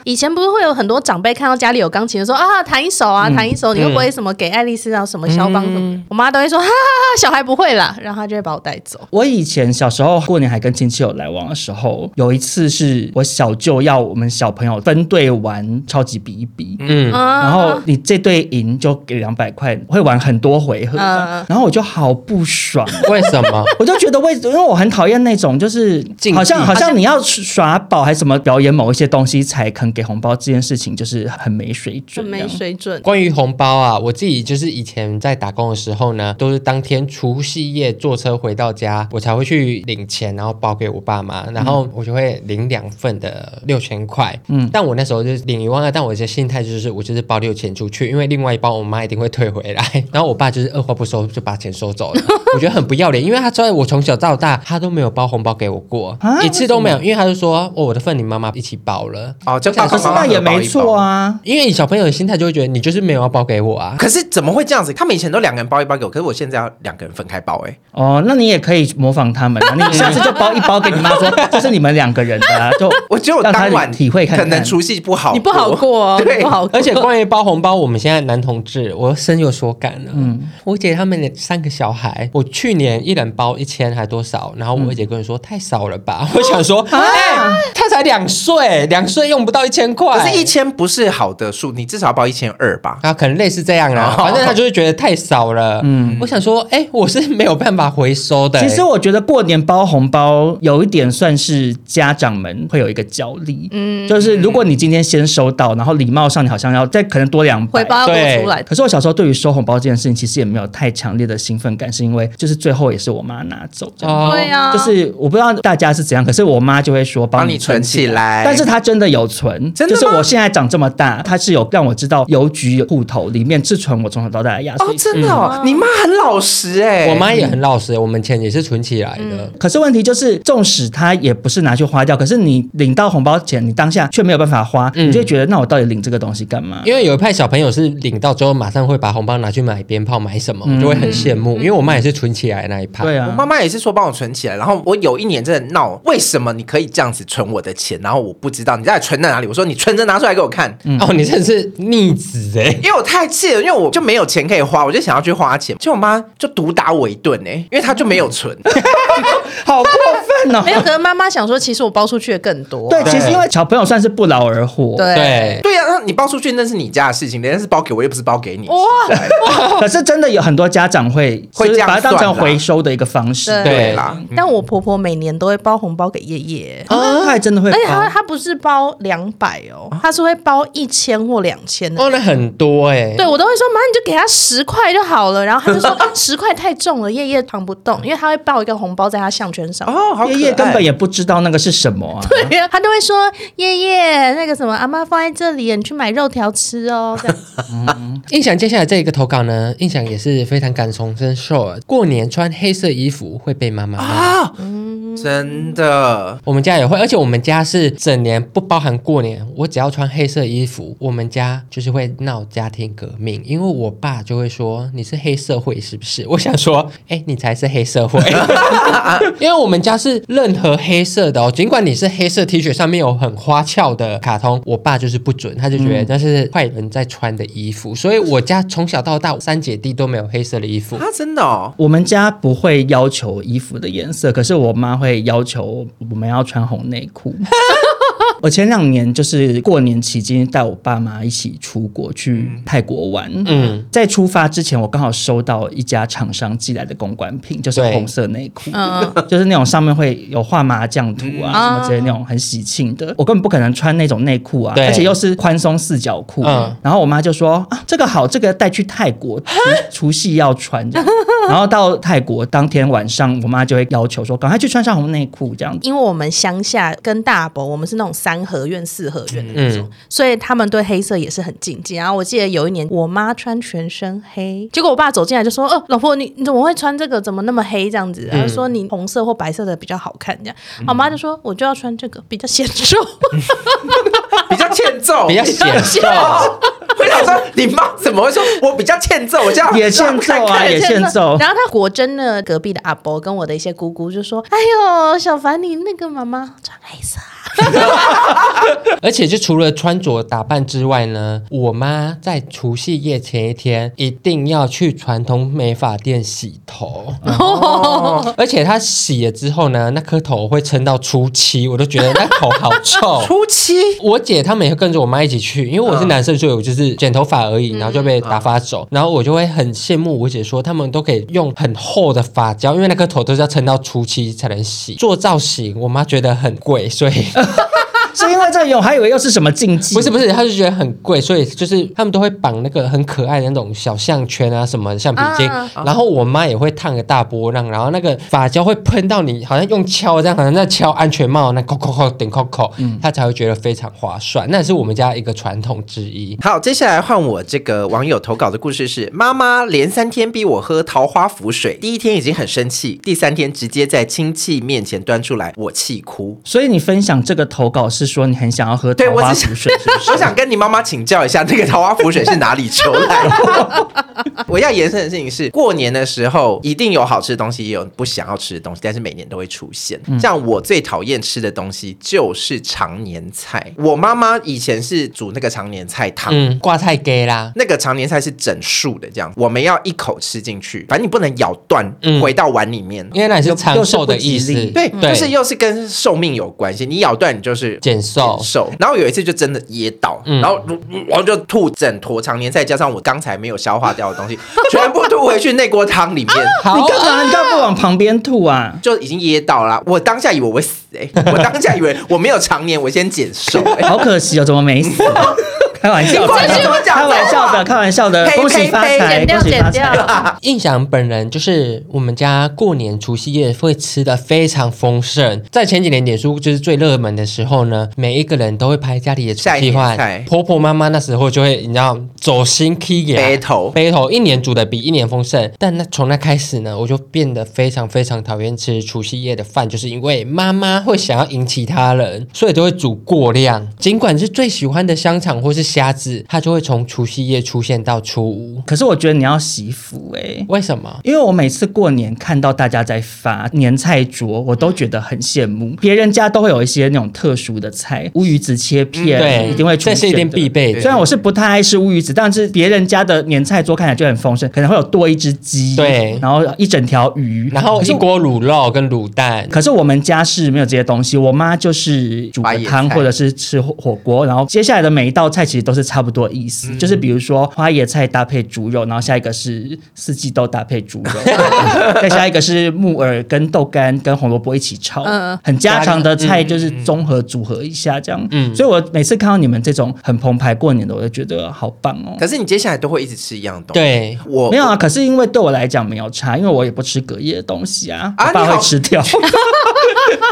S5: 以前不是会有很多长辈看到家里有钢琴就说啊弹一首啊弹一首，你会不会什么给爱丽丝啊什么肖邦什么的？我妈都会说哈哈哈小孩不会啦，然后她就会把我带走。
S1: 我以前小时候过年还跟亲戚有来往的时候，有一次是我小舅要我们小朋友分队玩超级比一比，
S4: 嗯，
S5: 啊
S1: 然后你这队赢就给两百块，会玩很多回合的。
S5: 嗯
S1: 然后我就好不爽， <laughs>
S4: 为什么？
S1: 我就觉得为，因为我很讨厌那种就是
S4: 竞技
S1: 好像好像你要耍宝还是什么表演某一些东西才肯给红包这件事情，就是很没水
S5: 就
S1: 准。
S5: 没。水准。
S4: 关于红包啊，我自己就是以前在打工的时候呢，都是当天除夕夜坐车回到家，我才会去领钱，然后包给我爸妈，然后我就会领两份的六千块。嗯，但我那时候就是领一万二，啊但我的心态就是我就是包六千出去，因为另外一包我妈一定会退回来， <laughs> 然后我爸就是二话不说就把钱收走 <laughs> 了，我觉得很不要脸，因为他知道我从小到大他都没有包红包给我过，
S1: 啊
S4: 一次都没有，因为他就说哦我的份你妈妈一起包了。
S2: 哦，就爸
S1: 可
S2: 爸
S1: 是
S2: 妈妈
S1: 那也
S2: 荷包一包
S1: 没错。啊，
S4: 因为小朋友的心态就会觉得你就是没有要包给我啊，
S2: 可是怎么会这样子？他们以前都两个人包一包给我，可是我现在要两个人分开包、欸，
S1: 哦，那你也可以模仿他们、啊，你下次就包一包给你妈说，这是你们两个人的、啊，就
S2: 我觉得我
S1: 让她
S2: 当晚
S1: 体会看看
S2: 可能除夕不好，
S5: 你不好过哦，
S2: 对
S5: 你不好过。
S4: 而且关于包红包，我们现在男同志，我深有所感了。嗯，我姐他们三个小孩，我去年一人包一千还多少，然后我二姐跟我说、太少了
S2: <gasps>
S4: 吧，我想说，
S2: 啊
S4: 哎、他才两岁，两岁用不到一千块，
S2: 可是一千不是好的数，你至少要包一千二吧？
S4: 啊，可能类似这样啦，
S2: 哦
S4: 反正他就是觉得太少了。嗯，我想说，哎、我是没有办法回收的、哎
S1: 其实我觉得过年包红包有一点算是家长们会有一个角力，嗯，就是如果你今天先收到，然后礼貌上你好像要再可能多两
S5: 回
S1: 百。
S5: 报要多出来，
S1: 可是我小时候对于收红包这件事情，其实也没有太强烈的兴奋感，是因为就是最后也是我妈拿走这样。
S4: 哦
S5: 对啊，
S1: 就是我不知道大家是怎样，可是我妈就会说帮
S2: 帮你存
S1: 起
S2: 起来
S1: 但是她真的有存，
S2: 真的
S1: 就
S2: 吗
S1: 是我现在长这么大，她是有让我知道邮局户头里面是存我从小到大的压岁
S2: 哦，
S1: 钱。
S2: 真的、哦，
S1: 嗯
S2: 你妈很老实哎、
S4: 我妈也很老实，我们钱也是存起来的。
S1: 可是问题就是，纵使他也不是拿去花掉，可是你领到红包钱，你当下却没有办法花，
S2: 嗯
S1: 你就会觉得那我到底领这个东西干嘛？
S4: 因为有一派小朋友是领到之后马上会把红包拿去买鞭炮买什么，我就会很羡慕，因为我妈也是存起来那一派。
S1: 对
S2: 我
S1: 啊，
S2: 妈妈也是说帮我存起来，然后我有一年真的闹，为什么你可以这样子存我的钱？然后我不知道你在存在哪里，我说你存着拿出来给我看，
S1: 嗯
S4: 哦，你真的是逆子哎、
S2: 因为我太气了，因为我就没有钱可以花，我就想要去
S1: <laughs>
S2: 欸花钱，结果我妈就毒打我一顿哎、因为她就没有存，
S1: 好过分烂哦
S5: 没。有，可能妈妈想说，其实我包出去的更多。
S1: 对，
S4: 对
S1: 其实因为小朋友算是不劳而获，
S5: 对
S4: 对，
S2: 对呀、那你包出去那是你家的事情，人家是包给我，又不是包给你。
S1: 哦
S5: 哇，
S1: 可是真的有很多家长会
S2: 会
S1: 就是
S2: 这样
S1: 把它当
S2: 算
S1: 成
S2: 啦
S1: 回收的一个方式，
S5: 对
S2: 对啦，
S5: 但我婆婆每年都会包红包给爷爷。
S1: 啊，还真的会
S2: 哎
S5: 而且她
S1: 包。
S5: 她不是包两百哦，她是会包一千或两千的。
S4: 哦，那很多哎、
S5: 对我都会说妈，你就给她十块就好了。然后她就说十块太重了，夜夜扛不动，因为她会抱一个红包在她项圈上。 <laughs>
S2: 哦，好可爱
S1: 爷爷根本也不知道那个是什么啊，
S5: 对呀，她都会说爷爷那个什么阿妈放在这里，你去买肉条吃哦。这样
S4: 印象接下来这一个投稿呢，印象也是非常感同身受啊。过年穿黑色衣服会被妈妈骂。
S2: 啊，真的
S4: 我们家也会，而且我们家是整年不包含过年，我只要穿黑色衣服，我们家就是会闹家庭革命，因为我爸就会说你是黑社会是不是？我想说，哎、你才是黑社会， <laughs> 因为我们家是任何黑色的哦，尽管你是黑色 T 恤上面有很花俏的卡通，我爸就是不准，他就觉得那是坏人在穿的衣服，所以我家从小到大三姐弟都没有黑色的衣服。
S2: 啊，真的哦，
S1: 我们家不会要求衣服的颜色，可是我妈会要求我们要穿红内裤。 <laughs> 我前两年就是过年期间带我爸妈一起出国去泰国玩，
S4: 嗯，
S1: 在出发之前，我刚好收到一家厂商寄来的公关品，就是
S4: 对
S1: 红色内裤，
S5: 嗯，
S1: 就是那种上面会有画麻将图啊、什么
S5: 啊
S1: 之类那种很喜庆的。我根本不可能穿那种内裤啊，
S4: 对
S1: 而且又是宽松四角裤。
S4: 嗯
S1: 然后我妈就说啊，这个好，这个带去泰国除除夕要穿这样。然后到泰国当天晚上，我妈就会要求说，赶快去穿上红内裤这样子。
S5: <laughs> 因为我们乡下跟大伯，我们是那种三合院、四合院的那种，
S4: 嗯
S5: 所以他们对黑色也是很禁忌。然后我记得有一年，我妈穿全身黑，结果我爸走进来就说：“哦、老婆，你你怎么会穿这个？怎么那么黑这样子？”然后说你红色或白色的比较好看这样。我妈就说：“我就要穿这个，比较显瘦。。
S2: 比较欠
S1: <laughs>
S2: 揍，
S4: 比较显瘦，
S2: <laughs> 我想说，你妈怎么会说我比较欠揍？我这样
S1: 也欠
S2: <laughs>
S1: 揍啊，也欠揍
S5: <laughs> 然后他果真的隔壁的阿伯跟我的一些姑姑就说：“哎呦，小凡你那个妈妈穿黑色啊。”
S4: 而且就除了穿着打扮之外呢，我妈在除夕夜前一天一定要去传统美发店洗头，而且她洗了之后呢，那颗头会撑到初七，我都觉得那头好臭。
S2: <laughs> 初期
S4: 我姐她们也会跟着我妈一起去，因为我是男生，所以我就是剪头发而已，然后就被打发走。然后我就会很羡慕我姐说，他们都可以用很厚的发胶，因为那颗头都是要撑到初七才能洗。做造型，我妈觉得很贵，所以
S1: 是因为这有，我还以为又是什么禁忌。
S4: 不是不是，他就觉得很贵，所以就是他们都会绑那个很可爱的那种小项圈啊，什么橡皮筋，
S5: 啊
S4: 然
S1: 哦
S4: 后我妈也会烫个大波浪，然后那个发胶会喷到你，好像用敲这样，好像在敲安全帽，那扣扣扣顶扣扣，
S1: 嗯
S4: 他才会觉得非常划算。那也是我们家一个传统之一。
S2: 好，接下来换我这个网友投稿的故事是：妈妈连三天逼我喝桃花符水，第一天已经很生气，第三天直接在亲戚面前端出来，我气哭。
S1: 所以你分享这个投稿是说你很想要喝
S2: 对
S1: 桃
S2: 我
S1: 花符
S2: 只想
S1: 水，是不是？
S2: <laughs> 我想跟你妈妈请教一下，那个桃花符水是哪里求
S1: <laughs>
S2: 来的？我要延伸的事情是，过年的时候一定有好吃的东西，也有不想要吃的东西，但是每年都会出现。
S1: 嗯
S2: 像我最讨厌吃的东西就是常年菜。我妈妈以前是煮那个常年菜汤，
S4: 嗯，挂菜给啦，
S2: 那个常年菜是整束的，这样我们要一口吃进去，反正你不能咬断，
S4: 嗯
S2: 回到碗里面。
S4: 因为那也是长寿的意思
S1: 又是不吉利，
S2: 对，
S4: 对，
S2: 就是又是跟寿命有关系，你咬断你就是
S4: 减瘦
S2: 减瘦。然后有一次就真的噎到，
S4: 嗯
S2: 然后然后就吐整坨常年菜，加上我刚才没有消化掉的东西，全部吐回去那锅
S4: <laughs>
S2: 汤里面。
S4: 好
S1: 你干嘛？你干嘛不往旁边吐啊？
S2: 就已经噎到啦，我当下以为我会死
S4: <laughs>
S2: 哎、我当下以为我没有常年，我先减瘦哎、
S1: 好可惜哦，怎么没死？开玩笑的，
S2: 你过去跟我讲
S1: 开玩笑
S2: 这话
S1: 的，开玩笑的，
S2: 呸
S1: 恭喜
S2: 呸
S1: 发
S2: 呸
S1: 财，恭
S5: 剪掉，
S1: 喜发
S5: 剪
S1: 财。
S5: 掉。
S4: 印象本人就是我们家过年除夕夜会吃的非常丰盛，在前几年脸书就是最热门的时候呢，每一个人都会拍家里的除夕
S2: 下一年菜
S4: 饭，婆婆妈妈那时候就会你知道走心 K 啊给
S2: 背头
S4: 背头一年煮的比一年丰盛，但那从那开始呢，我就变得非常非常讨厌吃除夕夜的饭，就是因为妈妈会想要引起他人，所以都会煮过量，尽管是最喜欢的香肠或是虾子，它就会从除夕夜出现到初五。
S1: 可是我觉得你要惜福哎、
S4: 为什么？
S1: 因为我每次过年看到大家在发年菜桌，我都觉得很羡
S4: 嗯
S1: 慕，别人家都会有一些那种特殊的菜，乌鱼子切片，
S4: 对
S1: 一定会出现的
S4: 这是一定必备的
S1: 虽然我是不太爱吃乌鱼子，但是别人家的年菜桌看起来就很丰盛，可能会有多一只鸡，
S4: 对
S1: 然后一整条鱼，
S4: 然后
S1: 可
S4: 一
S1: 是我
S4: 锅卤肉跟卤蛋，
S1: 可是我们家是没有这些东西，我妈就是煮
S2: 把
S1: 个
S2: 野
S1: 汤
S2: 菜
S1: 或者是吃火火锅，然后接下来的每一道菜其实都是差不多意思，
S2: 嗯
S1: 就是比如说花椰菜搭配猪肉，然后下一个是四季豆搭配猪
S2: <laughs>
S1: 肉，再下一个是木耳跟豆干跟红萝卜一起炒，
S5: 嗯
S1: 很家常的菜就是综合组合一下这样。
S2: 嗯
S1: 所以我每次看到你们这种很澎湃过年的，我就觉得好棒哦。
S2: <laughs> 可是你接下来都会一直吃一样的东西。，
S4: 对，
S2: 我
S1: 没有啊，可是因为对我来讲没有差，因为我也不吃隔夜的东西啊，
S2: 啊
S1: 我爸
S2: 你好
S1: 会吃掉。
S2: <laughs>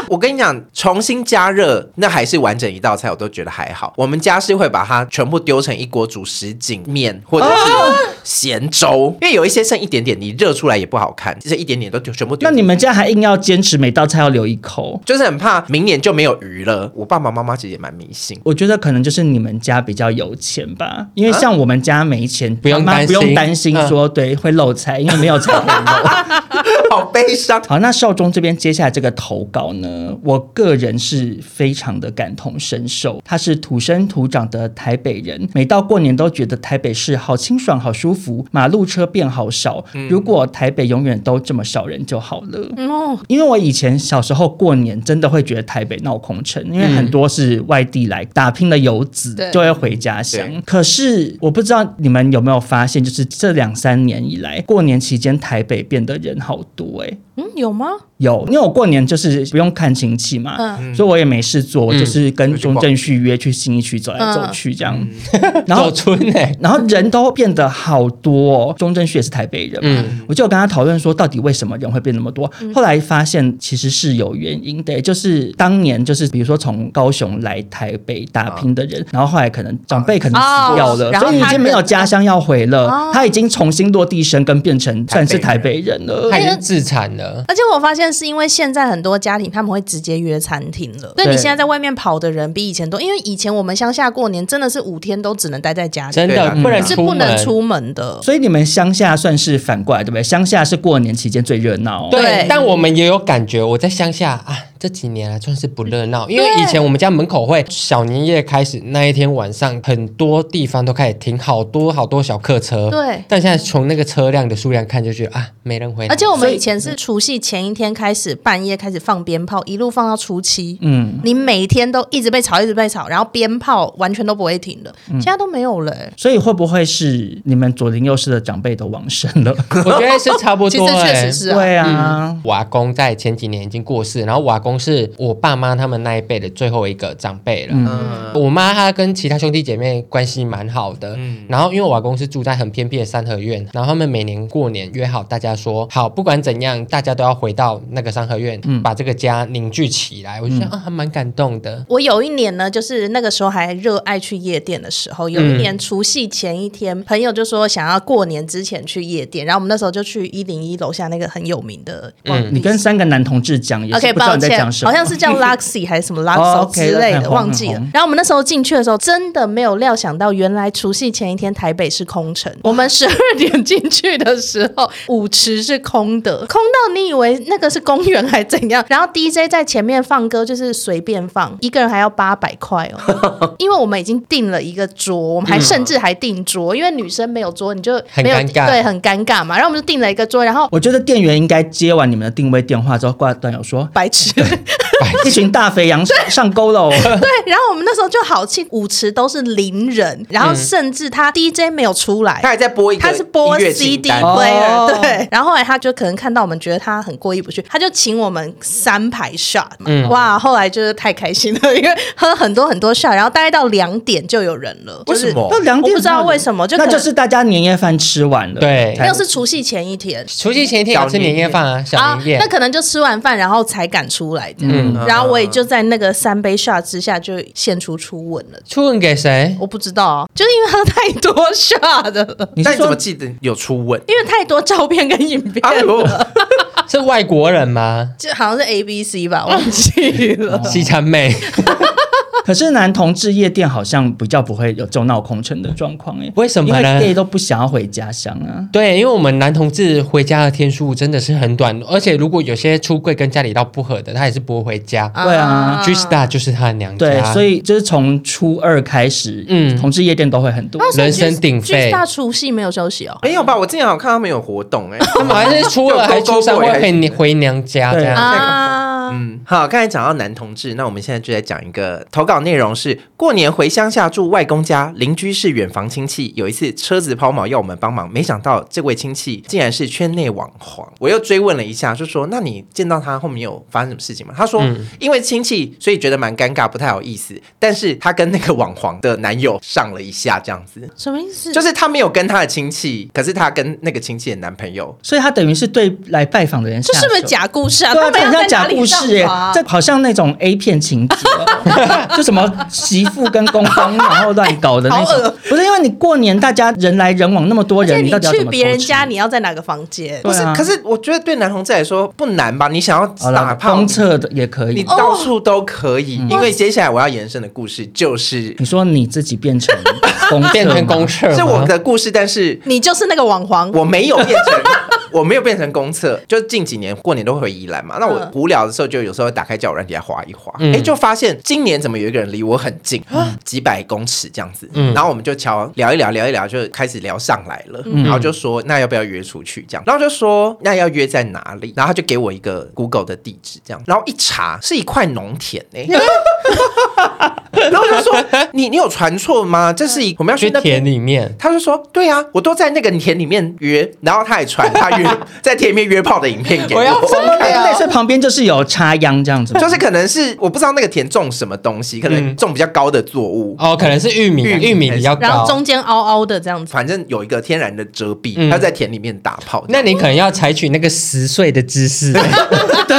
S2: 我跟你讲，重新加热那还是完整一道菜，我都觉得还好。我们家是会把它全部丢成一锅煮什锦面或者
S4: 啊
S2: 是咸粥，因为有一些剩一点点，你热出来也不好看，这一点点都丢全部丢
S1: 那。你们家还硬要坚持每道菜要留一口？
S2: 就是很怕明年就没有鱼了。我爸爸妈妈其实也蛮迷信，
S1: 我觉得可能就是你们家比较有钱吧，因为像我们家没钱，
S4: 啊不用
S1: 妈妈
S4: 担
S1: 不用
S4: 心
S1: 担心
S4: 嗯
S1: 说、对会漏菜，因为没有菜可以漏。
S2: 好悲伤。
S1: 好，那少中这边接下来这个投稿呢，我个人是非常的感同身受。他是土生土长的台北人，每到过年都觉得台北市好清爽、好舒服，马路车变好少。
S5: 嗯
S1: 如果台北永远都这么少人就好了。
S5: 哦，
S1: 因为我以前小时候过年真的会觉得台北闹空城，因为很多是外地来打拼的游子
S5: 对，
S1: 就会回家乡
S2: 对。
S1: 可是我不知道你们有没有发现，就是这两三年以来，过年期间台北变得人好多哎、欸
S5: 嗯，有吗？
S1: 有，因为我过年就是不用看亲戚嘛，
S5: 嗯
S1: 所以我也没事做，我就是跟中正旭约去新一区走来
S5: 嗯
S1: 走去这样， <laughs> 然后
S4: 走春哎，
S1: 然后人都变得好多、哦。钟正旭也是台北人嘛，我就有跟他讨论说，到底为什么人会变那么多？
S5: 嗯
S1: 后来发现其实是有原因的，就是当年就是比如说从高雄来台北打拼的人，然后后来可能长辈可能死掉了，
S5: 哦然后
S1: 所以已
S5: 他
S1: 经没有家乡要回了，
S5: 哦
S1: 他已经重新落地生根，变成算是
S2: 台
S1: 台
S2: 北
S1: 北人了
S4: 它。已经自产了。
S5: 而且我发现是因为现在很多家庭他们会直接约餐厅了，所以你
S1: 对
S5: 现在在外面跑的人比以前多，因为以前我们乡下过年真的是五天都只能待在家里，
S4: 真
S2: 对
S4: 的
S2: 啊
S4: 不能
S5: 是
S4: 出
S5: 不能
S4: 门，
S5: 出门的。
S1: 所以你们乡下算是反过来，对不对？乡下是过年期间最热闹、哦。
S5: 对
S4: 对，但我们也有感觉，我在乡下啊，这几年来算是不热闹，因为以前我们家门口会小年夜开始那一天晚上，很多地方都开始停好多好多小客车。
S5: 对
S4: 但现在从那个车辆的数量看，就觉得啊，没人回来。
S5: 而且我们以前是除夕前一天开始，半夜开始放鞭炮，一路放到初七。嗯，你每天都一直被吵，一直被吵，然后鞭炮完全都不会停的，现在都没有了、欸
S1: 所以会不会是你们左邻右舍的长辈都往生
S5: <laughs>
S1: 了？
S4: 我觉得是差不
S5: 其
S4: 多、
S5: 实确
S4: 欸。
S5: 实是啊，
S1: 对啊，
S4: 我阿公在前几年已经过世，然后我阿公是我爸妈他们那一辈的最后一个长辈
S2: 嗯
S4: 了。我妈她跟其他兄弟姐妹关系蛮好的，然后因为我阿公是住在很偏僻的三合院，然后他们每年过年约好大家说好，不管怎样，大家都要回到那个三合院，把这个家凝聚起来。我就想、啊，还蛮感动的。
S5: 我有一年呢，就是那个时候还热爱去夜店的时候，有一年除夕前一天，朋友就说想要过年之前去夜店，然后我们那时候就去一零一楼下那个很有名的逛
S1: 你跟三个男同志讲，也
S5: OK，
S1: 是不知道
S5: 抱
S1: 你在
S5: 歉
S1: 讲，什么，
S5: 好像是叫 Luxy 还是
S1: <laughs>
S5: 什么
S1: 哦
S5: Luxo
S1: ，OK，
S5: 之类
S1: 很
S5: 的，
S1: 红
S5: 忘记
S1: 很
S5: 了
S1: 红。
S5: 然后我们那时候进去的时候，真的没有料想到，原来除夕前一天台北是空城。我们十二点进去的时候， <laughs> 舞池是空的，空到你以为那个是公园还怎样？ <laughs> 然后 DJ 在前面放歌，就是随便放，一个人还要八百块
S1: <laughs>
S5: 哦，因为我们已经订了一个桌，我们还甚至还订桌，因为女生没有桌，你就
S4: 很
S5: 没有
S4: 尴尬
S5: 对，很尴尬嘛。然后我们就订了一个桌，然后
S1: 我觉得店员应该接完你们的定位电话之后挂断，有
S5: <laughs>
S1: 说
S5: 白痴。
S1: 一群大肥羊上上钩了、哦。 <laughs>
S5: 对，然后我们那时候就好气，舞池都是零人，然后甚至他 DJ 没有出来。
S2: 嗯他还在播一个
S5: 他是播
S2: 音乐
S5: CD
S2: 清单
S5: player，、
S1: 哦
S5: 对，然后后来他就可能看到我们觉得他很过意不去，他就请我们三排 shot 嘛，
S2: 嗯
S5: 哇，后来就是太开心了，因为喝很多很多 shot，然后大概到两点就有人了，
S2: 为
S5: 就是
S2: 什么
S1: 到两点，
S5: 我不知道为什么就可
S1: 那
S5: 能
S1: 就是大家年夜饭吃完了，
S4: 对
S1: 才
S5: 那是除夕前一天，
S4: 除夕前一天有吃年夜饭啊，小年夜。
S5: 那可能就吃完饭然后才敢出来这样，
S2: 嗯
S5: 然后我也就在那个三杯 shot 之下就献出初吻了。
S4: 初吻给谁？
S5: 我不知道啊，就是因为喝太多下的了，
S1: 你
S2: 但
S1: 是
S2: 你怎么
S1: 说
S2: 记得有初吻？
S5: 因为太多照片跟影片
S2: 哎
S5: 了，
S2: 呦，
S4: 是外
S5: <laughs>
S4: 国人吗？
S5: 就好像是 A B C 吧，忘记了。
S4: 西餐妹。
S1: 可是男同志夜店好像比较不会有这种闹空城的状况哎，
S4: 为什么
S1: 因为
S4: 呢
S1: gay 都不想要回家乡啊。
S4: 对，因为我们男同志回家的天数真的是很短，而且如果有些出柜跟家里到不合的，他也是不会回家。
S1: 对啊
S4: G Star 就是他的娘家，
S1: 对，所
S4: 以
S1: 以就是从初二开始，嗯，
S4: 嗯
S1: 同志夜店都会很多。
S4: 人声鼎沸
S5: 大除夕没有休息
S1: 哎
S5: 哦。
S2: 没有吧？我之前好像看他们有活动哎、
S4: <laughs> 他们好像是初二还是初三会回回娘家这
S1: 对
S4: 样。
S5: 啊，
S2: 嗯，好，刚才讲到男同志，那我们现在就来讲一个投稿内容是：过年回乡下住外公家，邻居是远房亲戚。有一次车子抛锚要我们帮忙，没想到这位亲戚竟然是圈内网黄。我又追问了一下，就说：那你见到他后面有发生什么事情吗？他说：
S1: 嗯
S2: 因为亲戚，所以觉得蛮尴尬，不太好意思。但是他跟那个网黄的男友上了一下，这样子，
S5: 什么意
S2: <laughs>
S5: 思？
S2: 就是他没有跟他的亲戚，可是他跟那个亲戚的男朋友
S1: 所以他等于是对来拜访的人
S5: 这
S1: 下
S5: 是不是
S1: 手？
S5: 假故事啊？
S1: 对啊，
S5: 他
S1: 这很
S5: 们要
S1: 像
S5: 在哪
S1: 假故
S5: 里上
S1: 事耶
S5: 床啊，
S1: 这好像那种 A 片情节哦， <laughs> 就什么媳妇跟公公然后乱搞的那
S5: 好恶
S1: 种。不是因为你过年大家人来人往那么多
S5: 而且
S1: 人，
S5: 你
S1: 到底要
S5: 去
S1: 怎么
S5: 别人
S1: 偷吃
S5: 家，你要在哪个房间？
S2: 不是
S1: 对啊，
S2: 可是我觉得对男同志来说不难吧？你想要
S1: 好
S2: 打
S1: 了，
S2: 炮
S1: 公，厕的也可
S2: 你
S1: 以。
S2: 到处都可以。因为接下来我要延伸的故事就是
S1: 你说你自己变成公厕
S4: 变成公
S1: 吗
S4: 社吗
S2: 是我的故事，但是
S5: 你就是那个网黄，
S2: 我没有变
S4: <laughs>
S2: 成。我没有变成公厕，就近几年过年都会回宜兰嘛。那我
S5: 嗯
S2: 无聊的时候，就有时候打开交友软体来滑一滑，哎、
S4: 嗯啊
S2: 就发现今年怎么有一个人离我很近，几百公尺这样子。
S4: 嗯
S2: 然后我们就瞧聊一聊，聊一聊，就开始聊上来了。
S4: 嗯
S2: 然后就说那要不要约出去这样，然后就说那要约在哪里，然后他就给我一个 Google 的地址这样，然后一查是一块农田
S4: <laughs>
S2: 哎、然后我就说你你有传错吗？这是一我们要去
S4: 去
S2: 那边
S4: 田里面，
S2: 他就说：“对啊，我都在那个田里面约。”然后他也传他
S4: <laughs>
S2: 约在田里面约炮的影片给我，
S4: 我要疯
S5: 啊
S1: 对，所以旁边就是有插秧这样子吗，
S2: 就是可能是我不知道那个田种什么东西，可能
S4: 嗯
S2: 种比较高的作物，
S4: 哦，可能是玉米啊，
S2: 玉米
S4: 玉米比较
S5: 然后
S4: 高。
S5: 中间凹凹的这样子。
S2: 反正有一个天然的遮蔽，
S4: 嗯
S2: 他在田里面打炮。
S4: 那你可能要采取那个十岁的姿势， <laughs>
S1: 对，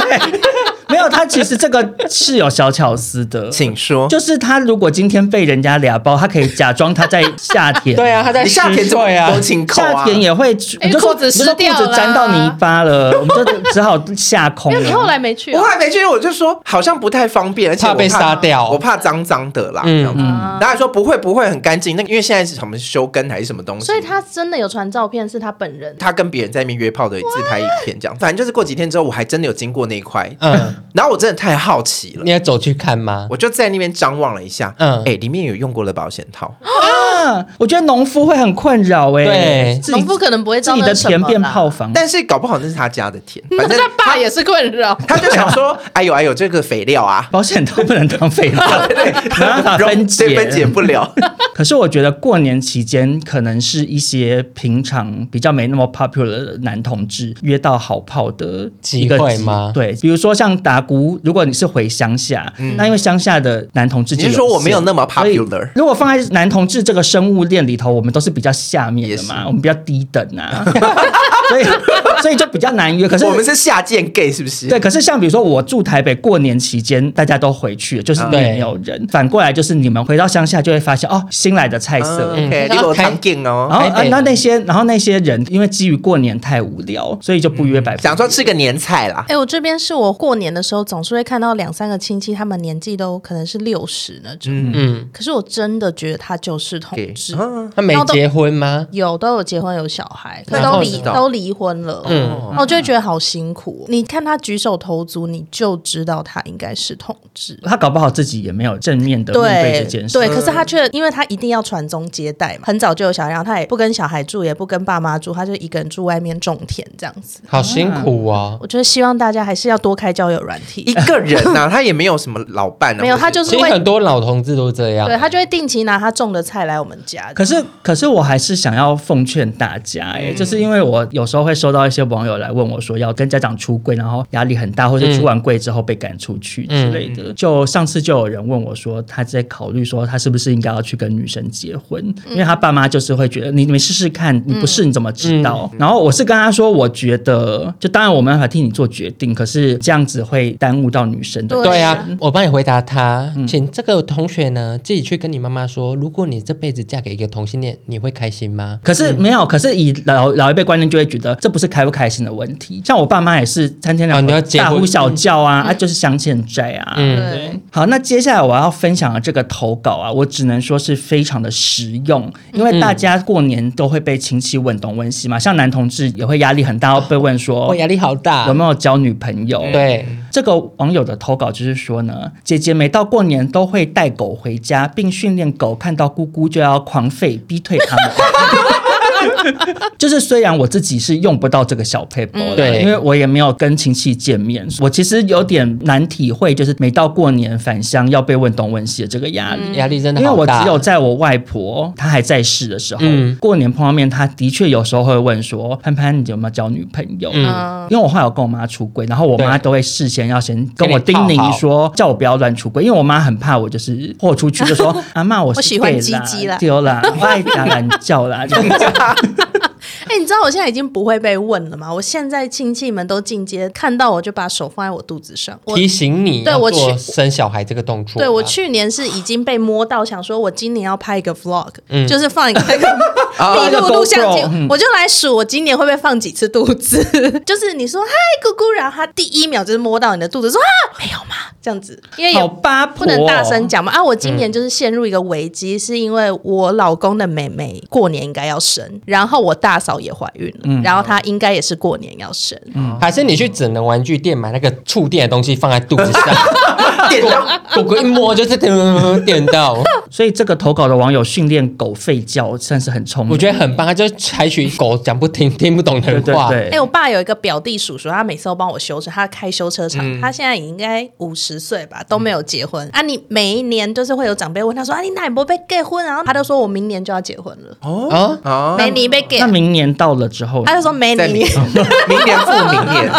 S1: 没有，他其实这个是有小巧思的，
S2: 请说，
S1: 就是他如果今天被人家俩包，他可以假装他在夏
S2: <laughs>
S1: 天， <laughs>
S4: 对啊，他在
S2: 你下田
S4: 十
S2: 怎么
S4: 岁啊
S2: 都，请口
S1: 夏
S2: 啊？
S1: 天也会，我就说
S5: 哎裤子湿
S1: 你就
S5: 掉
S1: 裤子沾到泥巴了，
S5: <laughs>
S1: 我们就 <laughs> 只好下空
S5: 没有，你后
S1: 了。
S5: 来没去
S2: 我
S5: 啊
S2: 后？来没去，我就说好像不太方便，而且我
S4: 怕被杀掉
S2: 我怕脏脏的啦。
S4: 嗯
S2: 这样子
S1: 嗯
S5: 啊
S2: 然后他说不会不会很干净，那个因为现在是什么修根还是什么东西，
S5: 嗯所以他真的有传照片，是他本人。
S2: 他跟别人在那边约炮的自拍影片这样。反正就是过几天之后，我还真的有经过那一块，
S4: 嗯，
S2: 然后我真的太好奇了
S4: 你。要走去看吗？
S2: 我就在那边张望了一下，嗯
S4: 嗯，
S2: 哎、里面有用过的保险套，
S1: 啊，我觉得农夫会很困扰哎、
S4: 对
S1: 自己
S5: 农夫可能不会知
S1: 自
S5: 道
S1: 己
S5: 那
S1: 的
S5: 是什
S1: 田
S5: 么
S1: 变
S5: 啦
S1: 炮房，
S2: 但是搞不好那是他家的田，
S5: 嗯
S2: 反正
S5: 他爸也是困扰。
S2: 他就想
S5: <laughs>
S2: 说，哎呦哎呦，这个肥料啊，
S1: 保险套不能当废料，
S2: <laughs>
S1: 没办
S5: 啊
S1: 法
S2: 容
S1: 分
S2: 对
S1: 解，
S2: 分解不了。
S5: <laughs>
S1: 可是我觉得过年期间，可能是一些平常比较没那么 popular 的男同志约到好炮的一个
S4: 机会吗
S1: 对，比如说像打鼓，如果你是回乡下，
S4: 嗯
S1: 那因为乡下的男同志就
S2: 你是说我没有那么
S1: 所以
S2: popular？
S1: 如果放在男同志这个生物链里头，我们都是比较下面的
S2: 也
S1: 嘛，我们比较低等啊， <laughs> 所以所以就比较难约。可是
S2: 我们是下贱 gay 是不是？
S1: 对，可是像比如说我住台北，过年期间大家都回去了，就是
S2: 嗯
S1: 你也没有人。反过来就是你们回到乡下，就会发现哦，新来的菜色。
S2: 嗯，OK，你
S4: 嗯
S2: 给我当 gay
S1: 然
S2: 哦，
S1: 后、
S4: 台北
S1: 啊
S4: 人
S1: 那那些，然后那些人，因为基于过年太无聊，所以就不约
S4: 嗯
S1: 百分。
S2: 想说吃个年菜啦。
S5: 哎、我这边是我过年的时候，总是会看到两三个亲戚，他们年纪都可能是六十那种。
S4: 嗯，
S5: 可是我真的觉得他就是同
S2: gay，
S5: 志，
S2: 啊
S4: 他没结婚吗？
S5: 有都有结婚有小孩，可
S2: 然
S5: 都
S2: 后
S5: 离
S2: 知道
S5: 都离婚了。嗯，我就会觉得好辛苦。你看他举手投足，你就知道他应该是同志。
S1: 他搞不好自己也没有正面的面对这件事。
S5: 对，可是他却因为他一定要传宗接代嘛，很早就有小孩，然后他也不跟小孩住，也不跟爸妈住，他就一个人住外面种田这样子。
S4: 好辛苦哦。
S5: 我觉得希望大家还是要多开交友软体
S2: 一，个人呐、他也没有什么老伴啊，
S5: 没有
S2: 或者
S5: 他就是
S4: 其实
S5: 会
S4: 很多老同志都这样
S5: 对，他就会定期拿他种的菜来我们家。
S1: 可是，可是我还是想要奉劝大家、哎、就是因为我有时候会收到一些网友来问我说，要跟家长出柜，然后压力很大，或者出完柜之后被赶出去之类的。就上次就有人问我说，他在考虑说他是不是应该要去跟女生结婚，因为他爸妈就是会觉得你你们试试看，你不试你怎么知道？然后我是跟他说，我觉得就当然我没办法替你做决定，可是这样子会耽误到女生的
S5: 对
S4: 对啊，嗯我帮你回答他，请这个同学呢自己去跟你妈妈说，如果你这辈子嫁给一个同性恋，你会开心吗？
S1: 可是没有，可是以老老一辈观念就会觉得这不是开不开心的问题。像我爸妈也是三天
S4: 啊
S1: 两
S4: 你要
S1: 头
S4: 结婚
S1: 大呼小叫啊，啊就是相欠债啊。
S4: 嗯
S5: 对，
S1: 好，那接下来我要分享的这个投稿啊，我只能说是非常的实用，因为大家过年都会被亲戚问东问西嘛，像男同志也会压力很大，被问说
S4: 我哦压力好大，
S1: 有没有交女朋友？
S4: 嗯对，
S1: 这个网友的投稿就是说呢，姐姐每到过年都会带狗回家，并训练狗看到姑姑就要狂吠，逼退他们。 <laughs> 就是虽然我自己是用不到这个小 paper 的，
S4: 对
S1: 因为我也没有跟亲戚见面，我其实有点难体会，就是每到过年返乡要被问东问西的这个压力。
S5: 嗯
S4: 压力真的
S1: 因为
S4: 好
S1: 我
S4: 大。
S1: 只有在我外婆她还在世的时候，
S4: 嗯
S1: 过年碰到面，她的确有时候会问说：“潘潘，你有没有交女朋友？”
S5: 嗯
S1: 因为我后来有跟我妈出轨，然后我妈
S4: 对
S1: 都会事先要先跟我
S4: 跟
S1: 叮
S4: 你泡
S1: 咛
S4: 好
S1: 说，叫我不要乱出轨，因为我妈很怕我就是豁出去就说 <laughs> 阿妈我
S5: 我
S1: 是
S5: 喜欢
S1: 对
S5: 鸡
S1: 啦
S5: 鸡啦
S1: 丢啦，我爱打懒觉啦，这
S4: <laughs>
S1: 样子
S5: 哎、你知道我现在已经不会被问了吗？我现在亲戚们都进阶，看到我就把手放在我肚子上。我
S4: 提醒你
S5: 对
S4: 要
S5: 我去
S4: 做生小孩这个动作啊。
S5: 对我去年是已经被摸到，想说我今年要拍一个 vlog，、
S4: 嗯
S5: 就是放一个那个 <laughs>
S2: 啊
S5: 密录录像机
S1: GoPro，嗯，
S5: 我就来数我今年会不会放几次肚子。 <laughs> 就是你说嗨姑姑，然后他第一秒就是摸到你的肚子，说啊没有嘛这样子，因为
S1: 好
S5: 有
S1: 八婆、
S5: 不能大声。讲嘛啊！我今年就是陷入一个危机，是因为我老公的妹妹过年应该要生，然后我大嫂也怀孕了，然后她应该也是过年要生，
S4: 还是你去只能玩具店买那个触电的东西放在肚子 <laughs> 上，
S2: 点到
S4: 狗狗一摸就是电电到，
S1: 所以这个投稿的网友训练狗吠叫，算是很聪明。
S4: <laughs> 我觉得很棒。他就采取狗讲不听听不懂的
S1: 对对
S4: 话，
S1: 对
S5: 哎、，我爸有一个表弟叔叔，他每次都帮我修车，他开修车厂，他现在也应该五十岁吧，都没有结婚、啊。你每一年就是会有长辈问他说：“啊，你哪不被结婚？”啊然后他就说：“我明年就要结婚了，
S4: 啊，
S2: 哦，
S5: 没你被给
S1: 那。”明年到了之后，
S5: 他就说：“没
S2: 在
S5: 你
S2: 明。 <laughs> 明年复明年，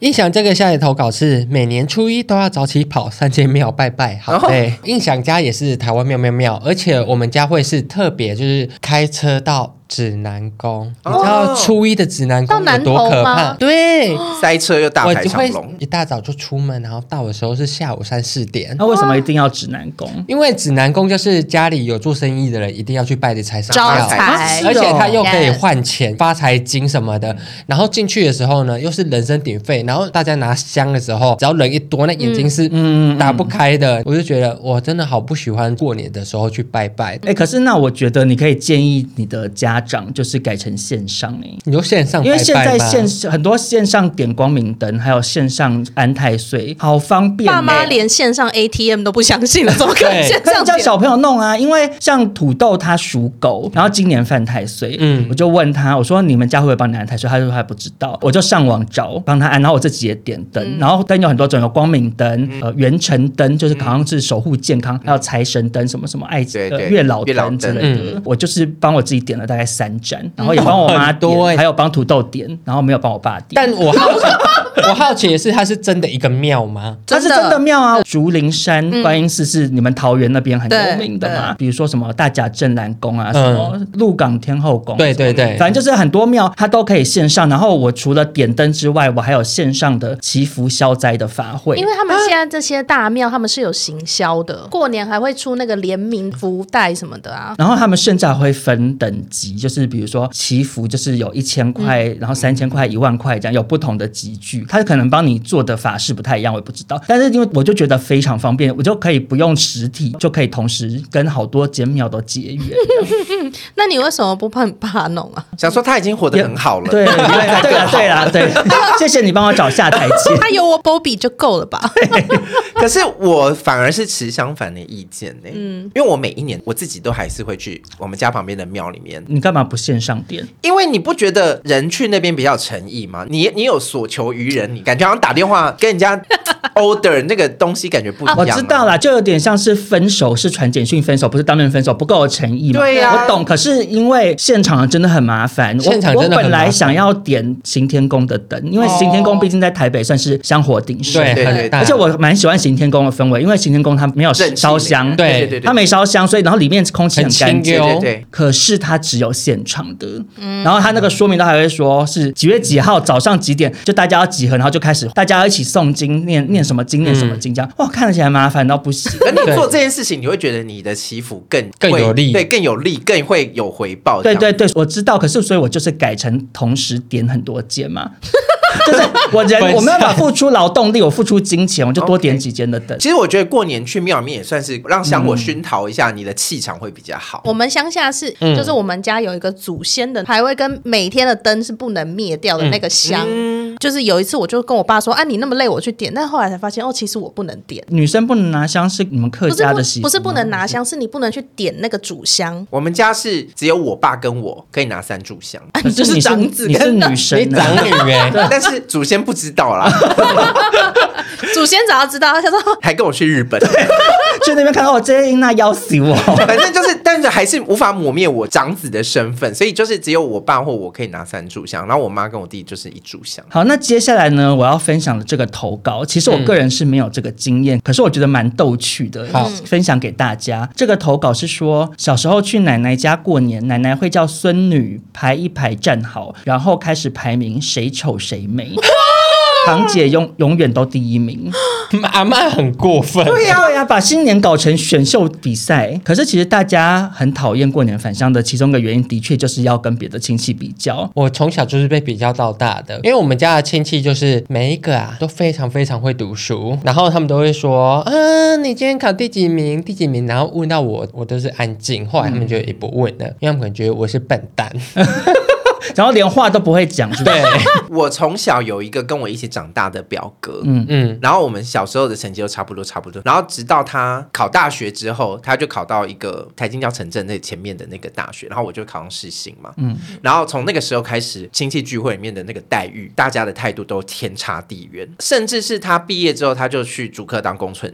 S4: 印象这个下的投稿是每年初一都要早起跑三间庙拜拜，好累。印象家也是台湾庙庙庙，而且我们家会是特别就是开车到指南宫，你
S2: 哦
S4: 知道初一的指南宫
S5: 到南
S4: 有多可
S5: 投吗
S4: 怕？对，
S2: 塞车又大
S4: 我
S2: 排
S4: 就
S2: 长
S4: 会
S2: 龙。
S4: 一大早就出门，然后到的时候是下午三四点。
S1: 那为什么一定要指南宫？
S4: 因为指南宫就是家里有做生意的人一定要去拜的财神
S5: <laughs> 招
S4: 庙
S5: 财哦
S4: 而且他又可以
S5: Yes
S4: 换钱、发财金什么
S1: 嗯
S4: 的。然后进去的时候呢，又是人声鼎沸，然后大家拿香的时候，只要人一多，那眼睛
S1: 嗯
S4: 是打不开的。我就觉得我真的好不喜欢过年的时候去拜拜。
S1: 哎、可是那我觉得你可以建议你的家长就是改成线上哎、
S4: 你就线上拜
S1: 因
S4: 拜
S1: 为现在
S4: 吧
S1: 线很多线上点光明灯，还有线上安太岁，好方”便、
S5: 爸妈
S1: 欸
S5: 连线上 ATM 都不相信了，怎么可能
S4: 对
S5: 线
S1: 可以
S5: 上
S1: 叫
S5: 点
S1: 小朋友弄啊，因为像土豆他属狗，然后今年犯太岁，
S4: 嗯
S1: 嗯，我就问他，我说你们家会不会帮你安太岁？他就说他不知道，我就上网找帮他安，然后我自己也点灯，然后灯有很多种，有光明灯、呃元辰灯，就是好像是守护健康，还有财神灯什么什么爱
S2: 对
S1: 呃
S2: 对
S1: 月老
S2: 月老
S1: 灯之类
S4: 灯
S1: 的。我就是帮我自己点了大概三盏，然后也帮我妈
S4: 很多欸
S1: 点，还有帮土豆点，然后没有帮我爸点。
S4: 但我好奇， <laughs> 我好奇的是，它是真的一个庙吗？
S1: 它是
S5: 真的
S1: 真的庙啊！竹林山观音寺是你们桃园那边很有名的嘛，比如说什么大甲镇澜宫啊，什么鹿港天后宫，啊
S4: 嗯对对对，
S1: 反正就是很多庙它都可以线上。然后我除了点灯之外，我还有线上的祈福消灾的法会
S5: 因。为他们现在这些大庙，他们是有行销的，过年还会出那个联名福袋什么的啊。
S1: 然后他们甚至还会分等级，就是比如说祈福，就是有一千块，然后三千块、一万块这样，有不同的集聚。他可能帮你做的法事不太一样，我也不知道。但是因为我就觉得非常方便，我就可以不用实体，就可以同时跟好多间庙都结缘。
S5: 那你为什么不帮你爸弄啊？
S2: 想说他已经活得很好了，
S1: <laughs> 对，对啦，对啦，对啊啦，对， <laughs> 谢谢你帮我找下台阶。 <laughs>
S5: 他有我 Bobby 就够了吧？
S2: 可是我反而是持相反的意见呢、嗯，因为我每一年我自己都还是会去我们家旁边的庙里面，
S1: 你干嘛不线上点？
S2: 因为你不觉得人去那边比较有诚意吗？你你有所求于人，你感觉好像打电话跟人家 order 那个东西感觉不一样、
S1: <laughs>
S2: 啊
S1: 我知道
S2: 了，
S1: 啦，就有点像是分手是传简讯分手，不是当面分手，不够有诚意嘛。
S2: 对呀
S1: 我懂。可是因为现场真的很麻烦，我
S4: 现场真的
S1: 我本
S4: 很麻
S1: 来
S4: 烦
S1: 想要点行天宫的灯，因为行天宫毕竟在台北算是香火鼎盛。
S4: 对
S2: 对
S4: 很
S2: 对
S4: 大，
S1: 而且我蛮喜欢行天宫的氛围，因为行天宫它没有
S2: 正气
S1: 烧香，
S2: 那个
S4: 对
S2: 对对对，
S1: 它没烧香，所以然后里面空气
S4: 很
S1: 很干
S4: 清
S1: 净。
S4: 幽
S2: 对对，对
S1: 可是它只有现场的，然后它那个说明都还会说是几月几号早上几点，就大家要集合，然后就开始大家要一起诵经，念念什么经，念什么经，这样哇，看得起来麻烦到不行。
S2: 可你
S4: 对
S2: 做这件事情，你会觉得你的祈福更
S4: 更
S2: 会
S4: 有力
S2: 对，更有力，更会有回报。
S1: 对
S2: 这
S1: 对
S2: 样，
S1: 对，我知道，可是所以我就是改成同时点很多间嘛，就是我人
S4: 分散
S1: 我没办法付出劳动力，我付出金钱，我就多点几间的等。
S2: 其实我觉得过年去庙里面也算是让香火熏陶一下你的气场会比较好。
S5: 我们乡下是，
S4: 嗯
S5: 就是我们家有一个祖先的，还会跟每天的灯是不能灭掉的那个香。
S1: 嗯
S5: 就是有一次，我就跟我爸说：“啊，你那么累，我去点。”但后来才发现，哦，其实我不能点，
S1: 女生不能拿香是你们客
S5: 不是
S1: 家的
S5: 不
S1: 习俗嗯
S5: 不是
S1: 吗
S5: 不能拿香，是你不能去点那个主香。
S2: 我们家是只有我爸跟我可以拿三炷
S5: <laughs>
S2: 香，
S1: 可
S5: 就是
S1: 你是
S5: 长子
S1: 你是
S5: 跟
S1: 女生啊
S4: 你
S1: 呢，
S4: 长女哎，
S2: 但是祖先不知道啦， <laughs>
S5: 祖先只要知道，他想说 <laughs>
S2: 还跟我去日本。
S1: 去那边看哦，这些英娜要死我。
S2: 反正就是，但是还是无法抹灭我长子的身份，所以就是只有我爸或我可以拿三炷香，然后我妈跟我弟就是一炷香。
S1: 好，那接下来呢，我要分享的这个投稿，其实我个人是没有这个经验，可是我觉得蛮逗趣的，
S4: 嗯好
S1: 分享给大家。这个投稿是说，小时候去奶奶家过年，奶奶会叫孙女排一排站好，然后开始排名谁丑谁
S4: <laughs>
S1: 美。堂姐永永远都第一名，
S4: <laughs> 阿妈很过分，
S1: 对呀、对呀、把新年搞成选秀比赛。可是其实大家很讨厌过年返乡的其中一个原因，的确就是要跟别的亲戚比较。
S4: 我从小就是被比较到大的，因为我们家的亲戚就是每一个啊都非常非常会读书，然后他们都会说，嗯，你今天考第几名？第几名？然后问到我，我都是安静。后来他们就也不问
S5: 嗯
S4: 了，因为他们可能觉得我是笨
S5: <laughs>
S4: 蛋。
S1: 然后连话都不会讲，啊是不 <laughs> 是
S4: 对，
S2: 我从小有一个跟我一起长大的表哥，嗯嗯
S4: 嗯，
S2: 然后我们小时候的成绩都差不多差不多，然后直到他考大学之后，他就考到一个台金教城镇那前面的那个大学，然后我就考上世新嘛，嗯，然后从那个时候开始，亲戚聚会里面的那个待遇，大家的态度都天差地远，甚至是他毕业之后，他就去主科当工程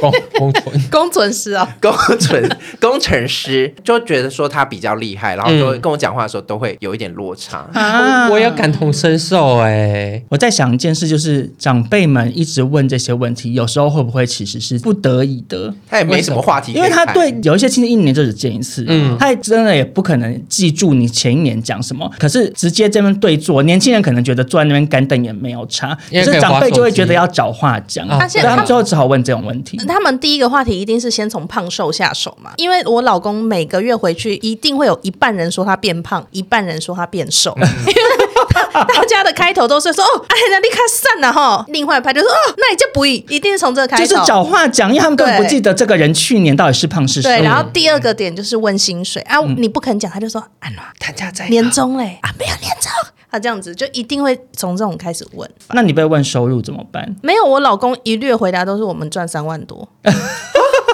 S4: 公公存
S5: 公准时啊，
S2: 工程 <laughs> 工程师，就觉得说他比较厉害，然后
S1: 嗯
S2: 就会跟我讲话的时候都会有一点落
S1: <laughs>
S2: 差。
S1: 啊
S4: 我有感同身受哎、
S1: 我在想一件事，就是长辈们一直问这些问题，有时候会不会其实是不得已的？
S2: 他也没什么话题可以
S1: 因
S2: 开，
S1: 为他对有一些亲戚一年就只见一次，嗯，他也真的也不可能记住你前一年讲什么。可是直接这边对坐，年轻人可能觉得坐在那边干瞪也没有差，
S4: 因
S1: 可
S4: 为可以
S1: 是长辈就
S4: 划手
S1: 会
S4: 机
S1: 觉得要找话讲，
S4: 啊
S1: 所
S5: 他现
S1: 以
S5: 在
S1: 他们最后只好问这种问题。
S5: 他们第一个话题一定是先从胖瘦下手嘛，因为我老公每个月回去，一定会有一半人说他变胖，一半人说他变瘦， <laughs> 因为大大家的开头都是说哦，哎，那你看散了哈，另外一派就说哦，那你就不一，一定是从这个开
S1: 就
S5: 头，
S1: 是找话讲，因为他们根本不
S5: 对
S1: 记得这个人去年到底是胖是瘦。
S5: 对，然后第二个点就是问薪水啊，你不肯讲，他就说啊，
S2: 他家在
S5: 年终嘞啊，没有年终，他这样子就一定会从这种开始问。
S1: 那你被问收入怎么办？
S5: 没有，我老公一律回答都是我们赚三万多，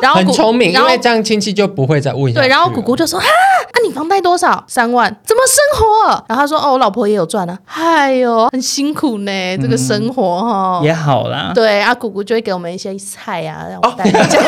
S5: 然后
S4: 很
S5: 姑
S4: 聪明，因
S5: 然后
S4: 为这样亲戚就不会再问下去了。
S5: 对，然后姑姑就说啊，啊你房贷多少？三万，怎么生活？然后他说哦，我老婆也有赚啊，哎呦，很辛苦呢，
S4: 嗯
S5: 这个生活哈、
S1: 也好啦，
S5: 对啊，姑姑就会给我们一些菜啊，让我 <laughs>
S2: 哦
S5: 们带
S4: <laughs>
S5: 回家。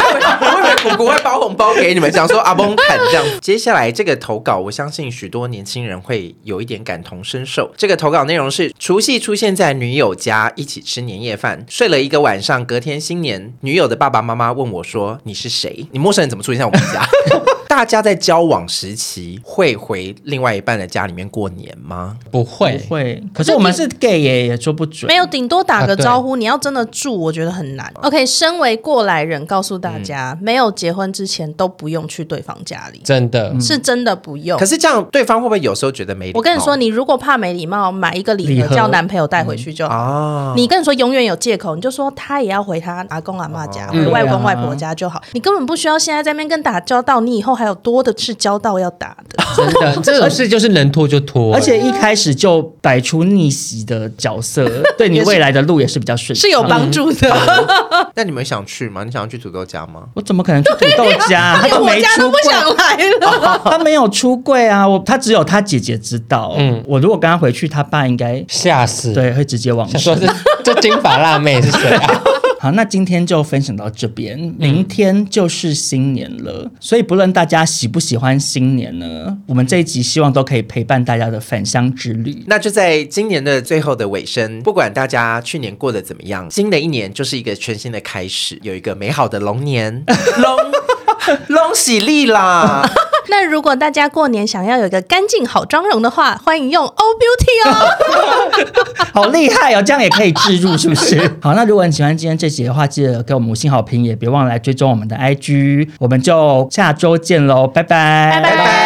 S2: 我以为姑姑会包红包给你们，想说阿崩砍这样。 <laughs> 接下来这个投稿，我相信许多年轻人会有一点感同身受。这个投稿内容是：除夕出现在女友家，一起吃年夜饭，睡了一个晚上，隔天新年，女友的爸爸妈妈问我说：“你是谁？你陌生人怎么出现在我们家？” <laughs> 大家在交往时期会回另外一半的家里面过年吗？
S4: 不会
S5: 嗯
S1: 不，会。可是我们是 gay 也也说不准
S5: 没。有，顶多打
S4: 啊
S5: 个
S4: 对
S5: 招呼。你要真的住，我觉得很难。OK，身为过来人，告诉
S4: 嗯
S5: 大家，没有结婚之前都不用去对方家里，
S4: 真的。
S5: 是真的不用
S2: 可。是这样，对方会不会有时候觉得没礼貌？
S5: 我跟你说，你如果怕没礼貌，买一个礼
S1: 礼盒
S5: 盒叫男朋友带
S4: 嗯
S5: 回去就好。
S2: 啊，
S1: 嗯
S5: 你跟你说永远有借口，你就说他也要回他阿公阿妈家、
S1: 嗯
S5: 回外公
S1: 对啊
S5: 外婆家就好。你根本不需要现在在那边跟打交道，你以后还有多的是交道要打的。
S4: 真
S5: <laughs>
S4: 的，这种事就是能拖就拖，
S1: 而且一开始就摆出逆袭的角
S5: <laughs>
S1: 色，对你未来的啊路也是比较顺，
S5: 是有帮。助
S1: 嗯
S5: <laughs> 的，
S2: 那你们想去吗？你想要去土豆家吗？
S1: 我怎么可能去土豆家、他
S5: 连
S1: 都
S5: 我
S1: 没
S5: 家都
S1: 出
S5: 不
S1: 柜，
S5: 想来了。
S1: 他没有出柜啊！我他只有他姐姐知道。嗯，我如果跟他回去，他爸应该
S4: 吓死。
S1: 对会直接往
S4: 想
S1: 生
S4: 说。这这金发辣妹是谁啊？
S1: 好，那今天就分享到这边，
S5: 嗯
S1: 明天就是新年了，所以不论大家喜不喜欢新年呢，我们这一集希望都可以陪伴大家的返乡之旅。
S2: 那就在今年的最后的尾声，不管大家去年过得怎么样，新的一年就是一个全新的开始，有一个美好的龙年，龙龙喜利啦！
S5: <laughs> 那如果大家过年想要有一个干净好妆容的话，欢迎用 O Beauty 哦。
S1: <laughs> 好厉害哦，这样也可以置入，是不是？好，那如果你喜欢今天这集的话，记得给我们五星好评，也别忘了来追踪我们的 IG，我们就下周见喽，拜拜，
S5: <laughs> 拜拜。